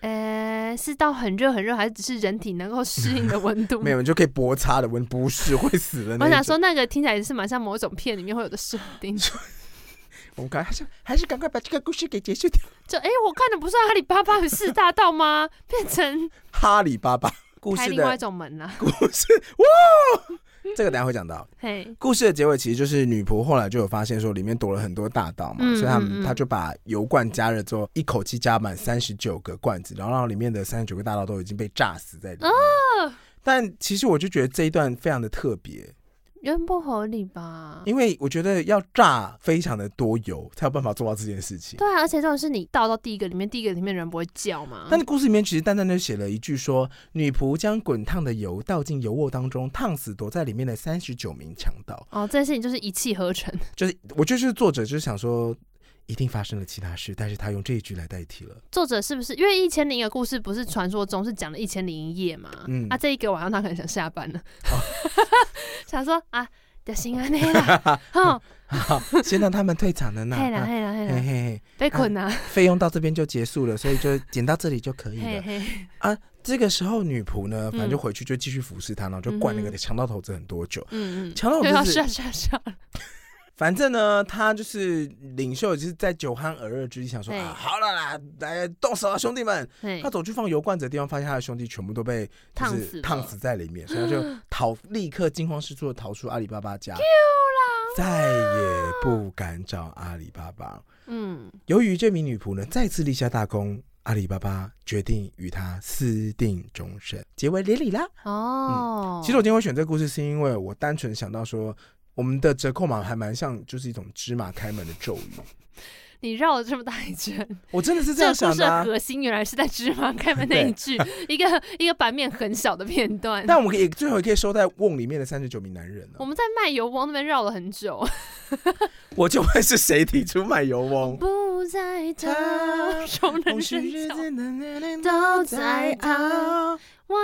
[SPEAKER 2] 呃、是到很热很热，还是只是人体能够适应的温 度？
[SPEAKER 1] 没。有，你就可以摩擦的温，不是会死的那
[SPEAKER 2] 我
[SPEAKER 1] 一
[SPEAKER 2] 想
[SPEAKER 1] 种，
[SPEAKER 2] 说，那个听起来是蛮像某种片里面会有的设 定。
[SPEAKER 1] 我们赶还是还是赶快把这个故事给结束掉。
[SPEAKER 2] 就哎、我看的不是阿里巴巴与四大盗吗？变成
[SPEAKER 1] 哈里巴巴故
[SPEAKER 2] 开
[SPEAKER 1] 事
[SPEAKER 2] 另外一
[SPEAKER 1] 的
[SPEAKER 2] 种门啊啦。
[SPEAKER 1] 故事，哇，这个等一下会讲到。
[SPEAKER 2] 嘿，
[SPEAKER 1] 故事的结尾其实就是女仆后来就有发现说里面躲了很多大盗嘛，
[SPEAKER 2] 嗯
[SPEAKER 1] 所以他们
[SPEAKER 2] 嗯嗯
[SPEAKER 1] 他就把油罐加热之后，一口气加满三十九个罐子，然后让里面的三十九个大盗都已经被炸死在里面。
[SPEAKER 2] 哦
[SPEAKER 1] 但其实我就觉得这一段非常的特别，
[SPEAKER 2] 有点不合理吧？
[SPEAKER 1] 因为我觉得要炸非常的多油才有办法做到这件事情。
[SPEAKER 2] 对啊，而且这种是你倒到第一个里面，第一个里面人不会叫嘛？
[SPEAKER 1] 但是故事里面其实淡淡的写了一句说，女仆将滚烫的油倒进油锅当中，烫死躲在里面的三十九名强盗。
[SPEAKER 2] 哦，这件事情就是一气呵成。
[SPEAKER 1] 就是我就是作者就是想说，一定发生了其他事，但是他用这一句来代替了。
[SPEAKER 2] 作者是不是因为《一千零一个故事》不是传说中是讲了一千零一夜嘛？
[SPEAKER 1] 嗯
[SPEAKER 2] 啊，这一个晚上他可能想下班 了，想说啊，就心安内 啦，哼，
[SPEAKER 1] 先让他们退场 了呢。
[SPEAKER 2] 嘿啦
[SPEAKER 1] 啊
[SPEAKER 2] 嘿啦
[SPEAKER 1] 嘿
[SPEAKER 2] 嘿
[SPEAKER 1] 嘿啊
[SPEAKER 2] 啦，
[SPEAKER 1] 嘿，
[SPEAKER 2] 被啊捆啦，
[SPEAKER 1] 费用到这边就结束了，所以就剪到这里就可以
[SPEAKER 2] 嘿
[SPEAKER 1] 了。
[SPEAKER 2] 嘿，
[SPEAKER 1] 这个时候，女仆呢，反正就
[SPEAKER 2] 嗯
[SPEAKER 1] 回去就继续服侍他，然后就灌那个强盗头子很多酒。
[SPEAKER 2] 嗯嗯，
[SPEAKER 1] 强盗
[SPEAKER 2] 对啊，
[SPEAKER 1] 头
[SPEAKER 2] 是
[SPEAKER 1] 子
[SPEAKER 2] 啊，是啊是啊，
[SPEAKER 1] 反正呢，他就是领袖，就是在酒酣耳热之际想说
[SPEAKER 2] 嘿
[SPEAKER 1] 啊，好了啦，来动手啊，兄弟们！
[SPEAKER 2] 嘿
[SPEAKER 1] 他，走去放油罐子的地方，发现他的兄弟全部都被就
[SPEAKER 2] 烫
[SPEAKER 1] 是
[SPEAKER 2] 死
[SPEAKER 1] 烫
[SPEAKER 2] 了
[SPEAKER 1] 死在里面，所以他 就逃，立刻惊慌失措的逃出阿里巴巴家，
[SPEAKER 2] 啊
[SPEAKER 1] 再也不敢找阿里巴巴。
[SPEAKER 2] 嗯，
[SPEAKER 1] 由于这名女仆呢再次立下大功，阿里巴巴决定与她私定终身，结为连理啦。
[SPEAKER 2] 哦，
[SPEAKER 1] 嗯其实我今天会选这个故事，是因为我单纯想到说。我们的折扣码还蛮像，就是一种芝麻开门的咒语。
[SPEAKER 2] 你绕了这么大一圈，
[SPEAKER 1] 我真的是这
[SPEAKER 2] 这
[SPEAKER 1] 样想
[SPEAKER 2] 个故事
[SPEAKER 1] 的、
[SPEAKER 2] 的
[SPEAKER 1] 啊。
[SPEAKER 2] 核心原来是在芝麻开门那一句，一个一个版面很小的片段。
[SPEAKER 1] 但我们可以最后也可以收在瓮里面的三十九名男人、
[SPEAKER 2] 我
[SPEAKER 1] 啊、
[SPEAKER 2] 们在卖油翁那边绕了很久，
[SPEAKER 1] 我就会是谁提出卖油翁？
[SPEAKER 2] 不 再等，熟能
[SPEAKER 1] 空虚
[SPEAKER 2] 生
[SPEAKER 1] 日
[SPEAKER 2] 巧。
[SPEAKER 1] 子年年
[SPEAKER 2] 都
[SPEAKER 1] 都
[SPEAKER 2] 在
[SPEAKER 1] 在
[SPEAKER 2] 熬
[SPEAKER 1] 熬。
[SPEAKER 2] 哇！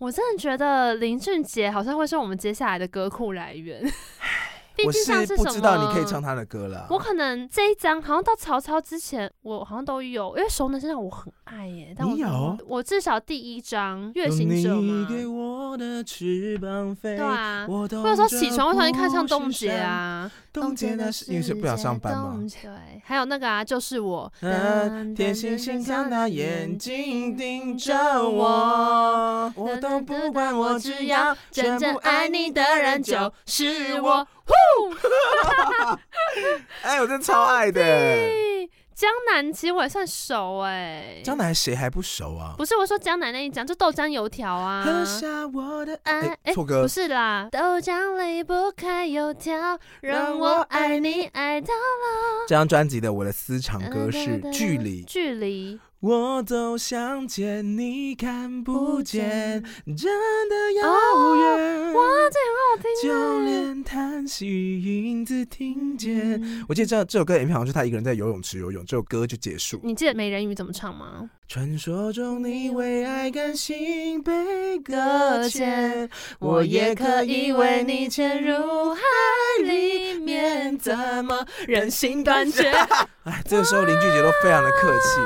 [SPEAKER 2] 我真的觉得林俊杰好像会是我们接下来的歌库来源。毕
[SPEAKER 1] 我
[SPEAKER 2] 竟像
[SPEAKER 1] 是
[SPEAKER 2] 什
[SPEAKER 1] 不
[SPEAKER 2] 么？
[SPEAKER 1] 知道你可以唱。他的歌了啊。
[SPEAKER 2] 我可能这一张好像到曹操之前，我好像都有，因为熟能生巧我很爱耶。但我
[SPEAKER 1] 你有？
[SPEAKER 2] 我至少第一张《月
[SPEAKER 1] 用
[SPEAKER 2] 行者》
[SPEAKER 1] 你给
[SPEAKER 2] 嘛，
[SPEAKER 1] 我的翅膀飞
[SPEAKER 2] 对，啊。
[SPEAKER 1] 我
[SPEAKER 2] 或
[SPEAKER 1] 或
[SPEAKER 2] 者说起床，我突然看像冬节，啊，
[SPEAKER 1] 冻结那是因为是不想上班嘛
[SPEAKER 2] 冬。节？对，还有那个啊，就是我。
[SPEAKER 1] 啊
[SPEAKER 2] 嗯，
[SPEAKER 1] 天星星看他眼睛盯着我，我都不管，我只要全部爱你的人就是我。。哎，我真的超爱的。
[SPEAKER 2] 嘿江南其实我也算熟哎、
[SPEAKER 1] 江南谁还不熟啊？
[SPEAKER 2] 不是我说江南那一张，就豆浆油条啊。
[SPEAKER 1] 喝下我的
[SPEAKER 2] 哎
[SPEAKER 1] 爱，
[SPEAKER 2] 哎
[SPEAKER 1] 哎，错歌
[SPEAKER 2] 不。是啦，豆浆离不开油条，让
[SPEAKER 1] 让
[SPEAKER 2] 我
[SPEAKER 1] 我
[SPEAKER 2] 爱
[SPEAKER 1] 爱
[SPEAKER 2] 你爱到嗯
[SPEAKER 1] 这张专辑的我的私藏歌是
[SPEAKER 2] 哒哒哒
[SPEAKER 1] 《距离》。
[SPEAKER 2] 距离
[SPEAKER 1] 我走向前，你看不见，哦
[SPEAKER 2] 哇，
[SPEAKER 1] 真的遥远。
[SPEAKER 2] 这很好
[SPEAKER 1] 就
[SPEAKER 2] 听啊！
[SPEAKER 1] 连叹息影子听见。
[SPEAKER 2] 嗯
[SPEAKER 1] 我记得这这首歌的 MV 好像是他一个人在游泳池游泳，这首歌就结束。
[SPEAKER 2] 你记得美人鱼怎么唱吗？
[SPEAKER 1] 传说中你为爱甘心被搁浅，我也可以为你潜入海里面，怎么
[SPEAKER 2] 人心断绝。
[SPEAKER 1] 哎，这个时候林俊杰都非常的客气。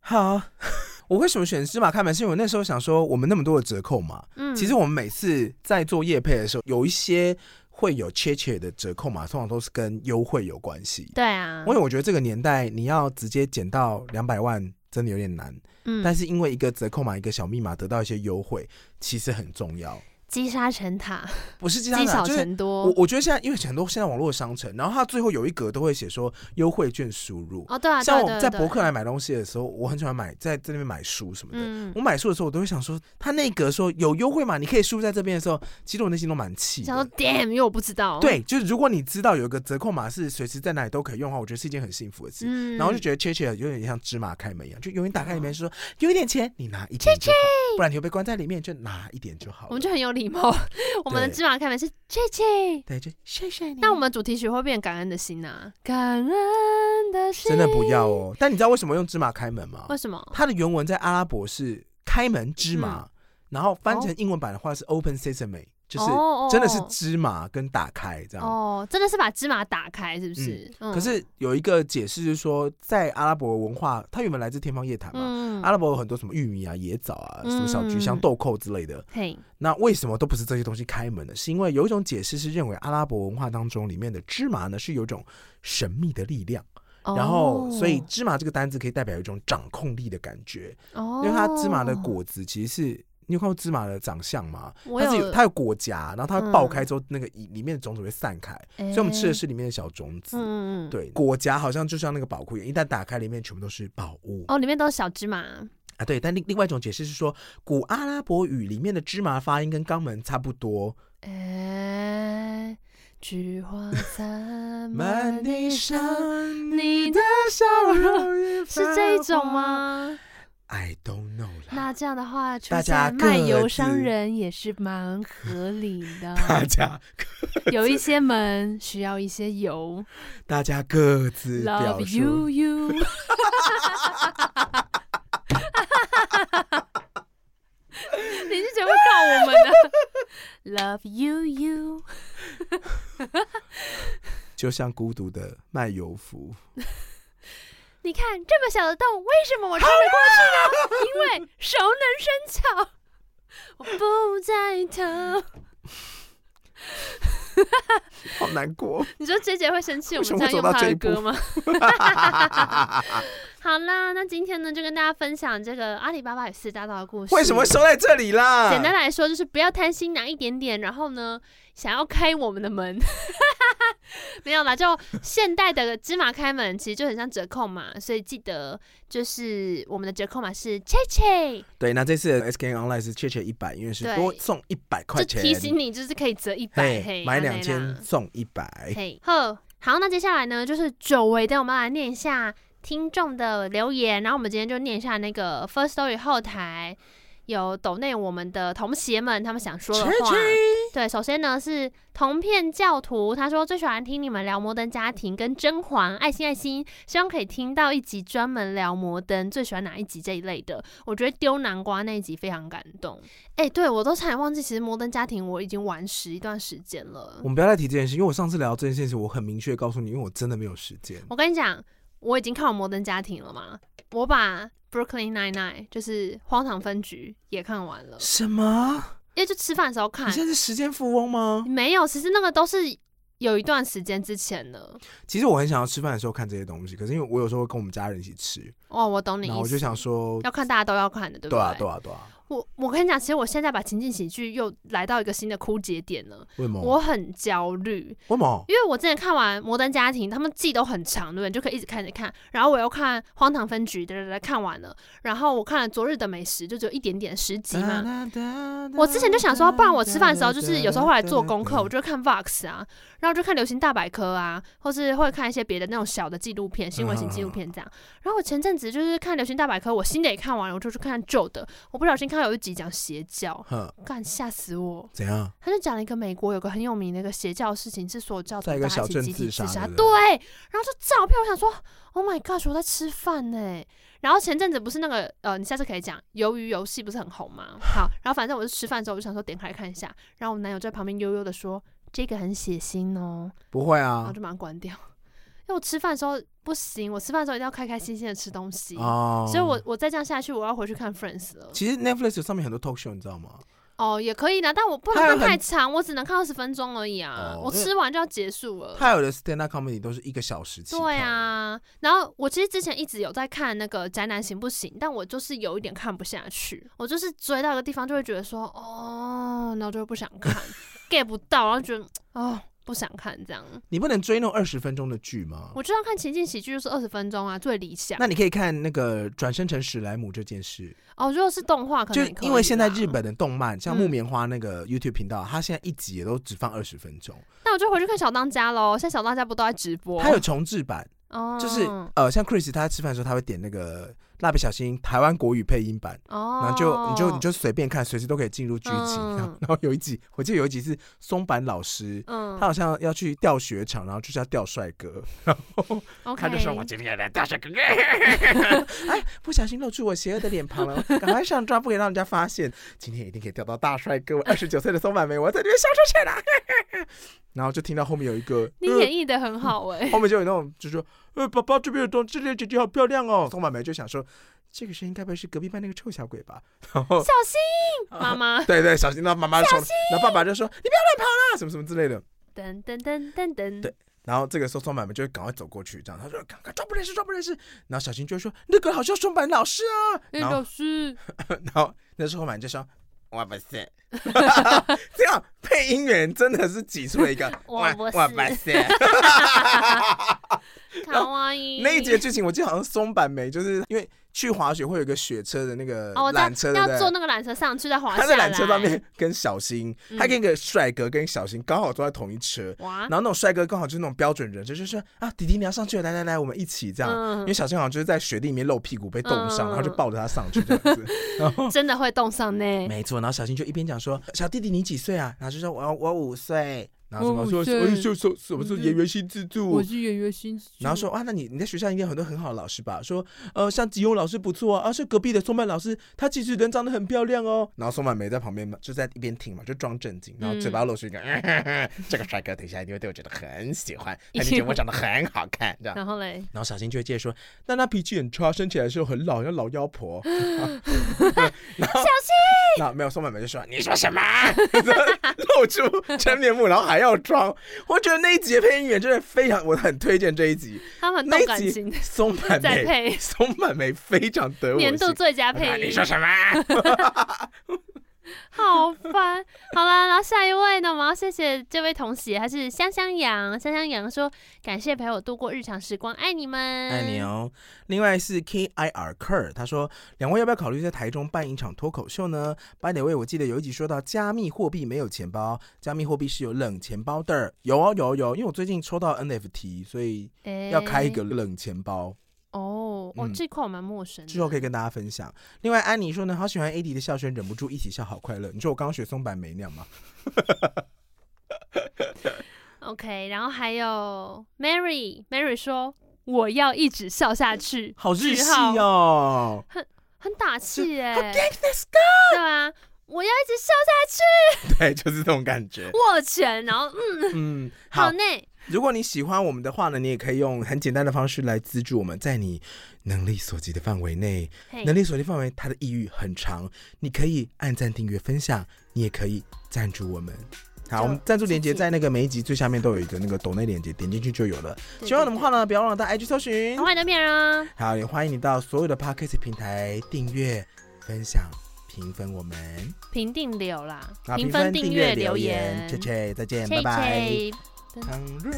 [SPEAKER 1] 好， 我为什么选芝麻开门？是因为我那时候想说，我们那么多的折扣嘛，
[SPEAKER 2] 嗯，
[SPEAKER 1] 其实我们每次在做业配的时候，有一些会有切切的折扣嘛，通常都是跟优惠有关系。
[SPEAKER 2] 对啊，
[SPEAKER 1] 因为我觉得这个年代，你要直接减到两百万，真的有点难。但
[SPEAKER 2] 嗯，
[SPEAKER 1] 是因为一个折扣码、一个小密码得到一些优惠，其实很重要。
[SPEAKER 2] 积沙成塔，
[SPEAKER 1] 不是鸡
[SPEAKER 2] 积
[SPEAKER 1] 汤
[SPEAKER 2] 少
[SPEAKER 1] 啊，就是
[SPEAKER 2] 成
[SPEAKER 1] 我
[SPEAKER 2] 多。
[SPEAKER 1] 我觉得现在因为很多现在网络商城，然后它最后有一格都会写说优惠券输入。
[SPEAKER 2] 哦，对啊，
[SPEAKER 1] 像
[SPEAKER 2] 对
[SPEAKER 1] 我
[SPEAKER 2] 对
[SPEAKER 1] 在
[SPEAKER 2] 对
[SPEAKER 1] 博客来买东西的时候，我很喜欢买在在那边买书什么的。
[SPEAKER 2] 嗯，
[SPEAKER 1] 我买书的时候，我都会想说，他那格说有优惠码，你可以输入在这边的时候，其实我内心都蛮气
[SPEAKER 2] 想说
[SPEAKER 1] 的。
[SPEAKER 2] damn，因为我不知道。，
[SPEAKER 1] 对，就是如果你知道有一个折扣码是随时在哪里都可以用的话，我觉得是一件很幸福的事。
[SPEAKER 2] 嗯
[SPEAKER 1] 然后就觉得切切有点像芝麻开门一样，就永远打开里面说有一点钱，你拿一点就好，不然你会被关在里面，就拿一点就好了。
[SPEAKER 2] 我们就很有礼貌。我们的
[SPEAKER 1] 对
[SPEAKER 2] 芝麻开门是 J J。
[SPEAKER 1] 对，就谢谢你。
[SPEAKER 2] 那我们主题曲会变感恩的心啊，感恩的心。
[SPEAKER 1] 真的不要。哦。但你知道为什么用芝麻开门吗
[SPEAKER 2] 为？什么？
[SPEAKER 1] 它的原文在阿拉伯是开门芝麻，
[SPEAKER 2] 嗯
[SPEAKER 1] 然后翻成英文版的话是 open sesame，就是
[SPEAKER 2] 哦
[SPEAKER 1] 真的是芝麻跟打开这样。
[SPEAKER 2] 哦，真的是把芝麻打开，是不是？嗯
[SPEAKER 1] 可，是有一个解释是说，在阿拉伯文化，它原本来自天方夜谭嘛。
[SPEAKER 2] 嗯
[SPEAKER 1] 阿拉伯有很多什么玉米啊、野枣啊、什么小
[SPEAKER 2] 嗯
[SPEAKER 1] 菊香、豆蔻之类的，
[SPEAKER 2] 嘿，
[SPEAKER 1] 那为什么都不是这些东西开门呢？是因为有一种解释是认为阿拉伯文化当中里面的芝麻呢是有一种神秘的力量，然
[SPEAKER 2] 哦
[SPEAKER 1] 后所以芝麻这个单字可以代表一种掌控力的感觉，
[SPEAKER 2] 哦，
[SPEAKER 1] 因为它芝麻的果子其实是。你有看过芝麻的长相吗？
[SPEAKER 2] 哦我
[SPEAKER 1] 它是
[SPEAKER 2] 有嗯
[SPEAKER 1] 有它有果荚，然后它爆开之后，那个里里面的种子会散开，
[SPEAKER 2] 哎，
[SPEAKER 1] 所以我们吃的是里面的小种子。
[SPEAKER 2] 嗯，嗯嗯，
[SPEAKER 1] 对，果荚好像就像那个宝库一样，一旦打开，里面全部都是宝物。
[SPEAKER 2] 哦，里面都是小芝麻。
[SPEAKER 1] 啊，对，但另另外一种解释是说，古阿拉伯语里面的芝麻发音跟肛门差不多，
[SPEAKER 2] 哎，菊花残
[SPEAKER 1] 满地伤，
[SPEAKER 2] 你的
[SPEAKER 1] 笑容与
[SPEAKER 2] 是这一种？ 吗？
[SPEAKER 1] I don't know 啦。
[SPEAKER 2] 那这样的话，出
[SPEAKER 1] 大家
[SPEAKER 2] 现卖
[SPEAKER 1] 各
[SPEAKER 2] 油商
[SPEAKER 1] 自
[SPEAKER 2] 人也是蛮合理
[SPEAKER 1] 大
[SPEAKER 2] 的。
[SPEAKER 1] 家
[SPEAKER 2] 有一些门需要一些油。
[SPEAKER 1] 大家各自表
[SPEAKER 2] Love
[SPEAKER 1] 述
[SPEAKER 2] you。you。你是怎么告我们的？Love you you。
[SPEAKER 1] 就像孤独的卖油 服，
[SPEAKER 2] 你看这么小的洞，为什么我穿 得过去呢？因为熟能生巧。我不再疼。
[SPEAKER 1] 好难过。
[SPEAKER 2] 你说姐姐会生气我
[SPEAKER 1] 为
[SPEAKER 2] 们
[SPEAKER 1] 什
[SPEAKER 2] 这
[SPEAKER 1] 么会走到
[SPEAKER 2] 样用她
[SPEAKER 1] 这
[SPEAKER 2] 的
[SPEAKER 1] 一步
[SPEAKER 2] 歌吗？ 好啦，那今天呢就跟大家分享这个阿里巴巴与四大道的故事。
[SPEAKER 1] 为什么会收在这里啦？
[SPEAKER 2] 简单来说，就是不要贪心，拿一点点，然后呢，想要开我们的门， 没有啦，就现代的芝麻开门，其实就很像折扣码，所以记得就是我们的折扣码是切切，
[SPEAKER 1] 对，那这次的 SK Online 是确切一百，因为是
[SPEAKER 2] 对
[SPEAKER 1] 多送一百块
[SPEAKER 2] 就
[SPEAKER 1] 钱，
[SPEAKER 2] 提醒你就是可以折一百，
[SPEAKER 1] 嘿
[SPEAKER 2] 嘿，
[SPEAKER 1] 买
[SPEAKER 2] 这样
[SPEAKER 1] 两千
[SPEAKER 2] 啦，
[SPEAKER 1] 送一百。
[SPEAKER 2] 嘿，好，好，那接下来呢，就是久违的，我们来念一下听众的留言。然后我们今天就念一下那个 First Story 后台有抖内我们的同学们他们想说的话。对，首先呢是同片教徒，他说最喜欢听你们聊摩登家庭跟甄嬛，爱心爱心，希望可以听到一集专门聊摩登，最喜欢哪一集这一类的。我觉得丢南瓜那一集非常感动。哎、对我都差点忘记，其实摩登家庭我已经玩时一段时间了
[SPEAKER 1] 我。们不要再提这件事，因为我上次聊这件事情，我很明确地告诉你，因为我真的没有时间。
[SPEAKER 2] 我跟你讲，我已经看完《摩登家庭》了嘛，我把 Brooklyn Nine Nine 就是《荒唐分局》也看完了，
[SPEAKER 1] 什么？
[SPEAKER 2] 因为就吃饭的时候看
[SPEAKER 1] 你。现在是时间富翁吗？
[SPEAKER 2] 没有，其实那个都是有一段时间之前的。
[SPEAKER 1] 其实我很想要吃饭的时候看这些东西，可是因为我有时候会跟我们家人一起吃，
[SPEAKER 2] 哦，我懂你意
[SPEAKER 1] 然
[SPEAKER 2] 思。
[SPEAKER 1] 后我就想说，
[SPEAKER 2] 要看大家都要看的，对不
[SPEAKER 1] 对
[SPEAKER 2] 对？
[SPEAKER 1] 啊，对啊，对啊，
[SPEAKER 2] 我我跟你讲，其实我现在把情景喜剧又来到一个新的枯竭点了，
[SPEAKER 1] 为什么？
[SPEAKER 2] 我很焦虑，
[SPEAKER 1] 为什么？
[SPEAKER 2] 因为我之前看完《摩登家庭》，他们季都很长，对不对？你就可以一直看着看，然后我又看《荒唐分局》，哒哒哒看完了，然后我看了《昨日的美食》，就只有一点点十集
[SPEAKER 1] 啊
[SPEAKER 2] 嘛。我之前就想说，不然我吃饭的时候，就是有时候会来做功课，我就会看 Vox 啊，然后就看《流行大百科》啊，或是会看一些别的那种小的纪录片、新闻型纪录片这样。然后我前阵子就是看《流行大百科》，我新的也看完了，我就去看旧的。我不小心看到有一集讲邪教，
[SPEAKER 1] 哼，
[SPEAKER 2] 干吓死我！
[SPEAKER 1] 怎样？
[SPEAKER 2] 他就讲了一个美国有个很有名的一个邪教的事情，是所有教徒
[SPEAKER 1] 在一个
[SPEAKER 2] 大家
[SPEAKER 1] 小
[SPEAKER 2] 一起
[SPEAKER 1] 镇
[SPEAKER 2] 集体
[SPEAKER 1] 自杀对不
[SPEAKER 2] 对
[SPEAKER 1] 对。
[SPEAKER 2] 然后就照片，我想说，Oh my god，我在吃饭呢。然后前阵子不是那个呃，你下次可以讲鱿鱼游戏不是很红吗？好，然后反正我就吃饭的时候，我就想说点开看一下，然后我男友在旁边悠悠的说这个很血腥哦，
[SPEAKER 1] 不会
[SPEAKER 2] 然后
[SPEAKER 1] 啊，
[SPEAKER 2] 就马上关掉，因为我吃饭的时候不行，我吃饭的时候一定要开开心心的吃东西，
[SPEAKER 1] 哦，
[SPEAKER 2] 所以我我再这样下去，我要回去看 Friends 了。
[SPEAKER 1] 其实 Netflix 有上面很多 talk show，你知道吗？
[SPEAKER 2] 哦，也可以啦，但我不能
[SPEAKER 1] 它有
[SPEAKER 2] 看
[SPEAKER 1] 很
[SPEAKER 2] 太长，我只能看二十分钟而已啊！
[SPEAKER 1] 哦
[SPEAKER 2] 我吃完就要结束了。
[SPEAKER 1] 它有的 stand up comedy 都是一个小时起跳。
[SPEAKER 2] 对，啊，然后我其实之前一直有在看那个《宅男行不行》，但我就是有一点看不下去，我就是追到一个地方就会觉得说，哦，然后就会不想 看，get 不到，然后觉得哦不想看这样。
[SPEAKER 1] 你不能追那种二十分钟的剧吗？
[SPEAKER 2] 我知道看情景喜剧就是二十分钟啊，最理想
[SPEAKER 1] 那。你可以看那个转生成史莱姆这件事，
[SPEAKER 2] 哦，如果是动画，可
[SPEAKER 1] 就
[SPEAKER 2] 能也可以
[SPEAKER 1] 因为现在
[SPEAKER 2] 啦
[SPEAKER 1] 日，本的动漫，像
[SPEAKER 2] 嗯
[SPEAKER 1] 木棉花那个 YouTube 频道，它现在一集也都只放二十分钟，
[SPEAKER 2] 那我就回去看小当家喽。现在小当家不都在直播？
[SPEAKER 1] 它有重置版，
[SPEAKER 2] 哦，
[SPEAKER 1] 就是呃，像 Chris 他吃饭的时候，他会点那个蜡笔小新台湾国语配音版，
[SPEAKER 2] 哦，
[SPEAKER 1] 然后就你就你就随便看，随时都可以进入剧情。
[SPEAKER 2] 嗯
[SPEAKER 1] 然后有一集，我记得有一集是松坂老师。
[SPEAKER 2] 嗯
[SPEAKER 1] 他好像要去钓雪场，然后就是要钓帅哥，
[SPEAKER 2] ，OK，
[SPEAKER 1] 他就说：“我今天要来钓帅哥。” 哎，不小心露出我邪恶的脸庞了，赶快上妆，不可以让人家发现。今天一定可以钓到大帅哥！我二十九岁的松坂梅，我要在这边笑出去了。 然后就听到后面有一个，
[SPEAKER 2] 你演绎的很好 哎、
[SPEAKER 1] 呃后面就有那种就说：“呃，宝宝这边有东，这里的姐姐好漂亮哦。”松坂梅就想说：“这个声音该不会是隔壁班那个臭小鬼 吧？”然后
[SPEAKER 2] 小心妈妈，
[SPEAKER 1] 对对，小心！然后妈妈说，然后爸爸就说：“你不要乱跑啦，什么什么之类的。
[SPEAKER 2] 噔噔噔噔噔，
[SPEAKER 1] 对然后这个时候松坂梅就会赶快走过去，这样他说：“赶快，装不认识，装不认识。”然后小新就会说：“那个好像松坂老师啊。”
[SPEAKER 2] 哎、
[SPEAKER 1] 然后
[SPEAKER 2] 老 师，
[SPEAKER 1] 然后那时候满就说：“我不 是。”这样配音员真的是挤出了一个
[SPEAKER 2] 我不是
[SPEAKER 1] 我不是。
[SPEAKER 2] 卡哇伊，
[SPEAKER 1] 那一节剧情我记得好像松坂梅就是因为去滑雪会有一个雪车的那个
[SPEAKER 2] 哦，我知道
[SPEAKER 1] 缆车，对不
[SPEAKER 2] 要坐
[SPEAKER 1] 对？
[SPEAKER 2] 那个缆车上去再滑下
[SPEAKER 1] 他
[SPEAKER 2] 来。
[SPEAKER 1] 在缆车上面跟小新，
[SPEAKER 2] 嗯
[SPEAKER 1] 他跟一个帅哥跟小新刚好坐在同一车，
[SPEAKER 2] 哇
[SPEAKER 1] 然，后那种帅哥刚好就是那种标准人，就是说啊，弟弟你要上去了，来来来，我们一起这样。因为
[SPEAKER 2] 嗯，
[SPEAKER 1] 小新好像就是在雪地里面露屁股被冻伤，
[SPEAKER 2] 嗯
[SPEAKER 1] 然后就抱着他上去这样 子。然后
[SPEAKER 2] 真的会冻伤呢。
[SPEAKER 1] 没错，然后小新就一边讲说小弟弟你几岁啊？然后就说我我五岁。然后什
[SPEAKER 2] 我
[SPEAKER 1] 么
[SPEAKER 2] 五
[SPEAKER 1] 说
[SPEAKER 2] 岁
[SPEAKER 1] 哎就说什么是
[SPEAKER 2] 嗯
[SPEAKER 1] 演员新制度？
[SPEAKER 2] 是圆圆心，
[SPEAKER 1] 然后说啊哇，那你你在学校应该有很多很好的老师吧？说呃，像吉勇老师不错啊，啊，是隔壁的松曼老师，她其实人长得很漂亮哦。然后松曼梅在旁边嘛，就在一边听嘛，就装正经，然后嘴巴露出一个， 这个帅哥等一下一定会对我觉得很喜 欢，他一定觉得我长得很好看，这样。
[SPEAKER 2] 然后嘞，
[SPEAKER 1] 然后小新就会接着说，但她脾气很差，生起来的时候很老，像老妖 婆。然后小新，那没有宋妹妹就说你说什么， 露出真面目，然后还要装。我觉得那一集的配音员真的非常，我很推荐这一集。
[SPEAKER 2] 他们很
[SPEAKER 1] 那
[SPEAKER 2] 动感
[SPEAKER 1] 一集
[SPEAKER 2] 情，
[SPEAKER 1] 松坂
[SPEAKER 2] 再
[SPEAKER 1] 梅，
[SPEAKER 2] 配
[SPEAKER 1] 松坂梅非常得我
[SPEAKER 2] 年
[SPEAKER 1] 心
[SPEAKER 2] 度最佳
[SPEAKER 1] 她说
[SPEAKER 2] 配
[SPEAKER 1] 你
[SPEAKER 2] 音
[SPEAKER 1] 说，什么？
[SPEAKER 2] 好好烦。好啦，然后下一位呢，我们要谢谢这位同学，他是香香羊。香香羊说：“感谢陪我度过日常时光，爱你们，
[SPEAKER 1] 爱你哦。另外是 K I R Kerr，他说两位要不要考虑在台中办一场脱口秀呢？班哪位？我记得有一集说到加密货币没有钱包，加密货币是有冷钱包的。有哦，有哦有哦，因为我最近抽到 NFT，所以
[SPEAKER 2] 诶
[SPEAKER 1] 要开一个冷钱包，
[SPEAKER 2] 哦，哦
[SPEAKER 1] 嗯，
[SPEAKER 2] 这块我蛮陌生的。
[SPEAKER 1] 之后可以跟大家分享。另外，安妮说呢，好喜欢 AD 的笑声，忍不住一起笑，好快乐。你说我刚刚学松板没那样吗？
[SPEAKER 2] OK，然后还有 Mary，Mary 说：“我要一直笑下去。”
[SPEAKER 1] 好日
[SPEAKER 2] 句
[SPEAKER 1] 系
[SPEAKER 2] 号
[SPEAKER 1] 哦。
[SPEAKER 2] 很打气哎、
[SPEAKER 1] Let's
[SPEAKER 2] 对啊，我要一直笑下
[SPEAKER 1] go 对，就是这种感觉。
[SPEAKER 2] 握拳，然后嗯，
[SPEAKER 1] 嗯，好
[SPEAKER 2] 好，内，
[SPEAKER 1] 如果你喜欢我们的话呢，你也可以用很简单的方式来资助我们，在你能力所及的范围内，
[SPEAKER 2] 嘿
[SPEAKER 1] 能力所及范围它的意义很长，你可以按赞、订阅、分享，你也可以赞助我们。好，
[SPEAKER 2] 就
[SPEAKER 1] 我们赞助链接
[SPEAKER 2] 自己
[SPEAKER 1] 在那个每一集最下面都有一个那个抖内链接，点进去就有了。
[SPEAKER 2] 对
[SPEAKER 1] 喜欢我们的话，呢，不要忘了到 IG 搜
[SPEAKER 2] 对对
[SPEAKER 1] 寻
[SPEAKER 2] 赶。快的面啊！
[SPEAKER 1] 好，也欢迎你到所有的 Podcast 平台订阅、分享、评分我们。
[SPEAKER 2] 评定留啦
[SPEAKER 1] 好，
[SPEAKER 2] 评分、订阅、留
[SPEAKER 1] 切切，再见，拜
[SPEAKER 2] 切一
[SPEAKER 1] 拜。
[SPEAKER 2] 切。
[SPEAKER 1] 倘若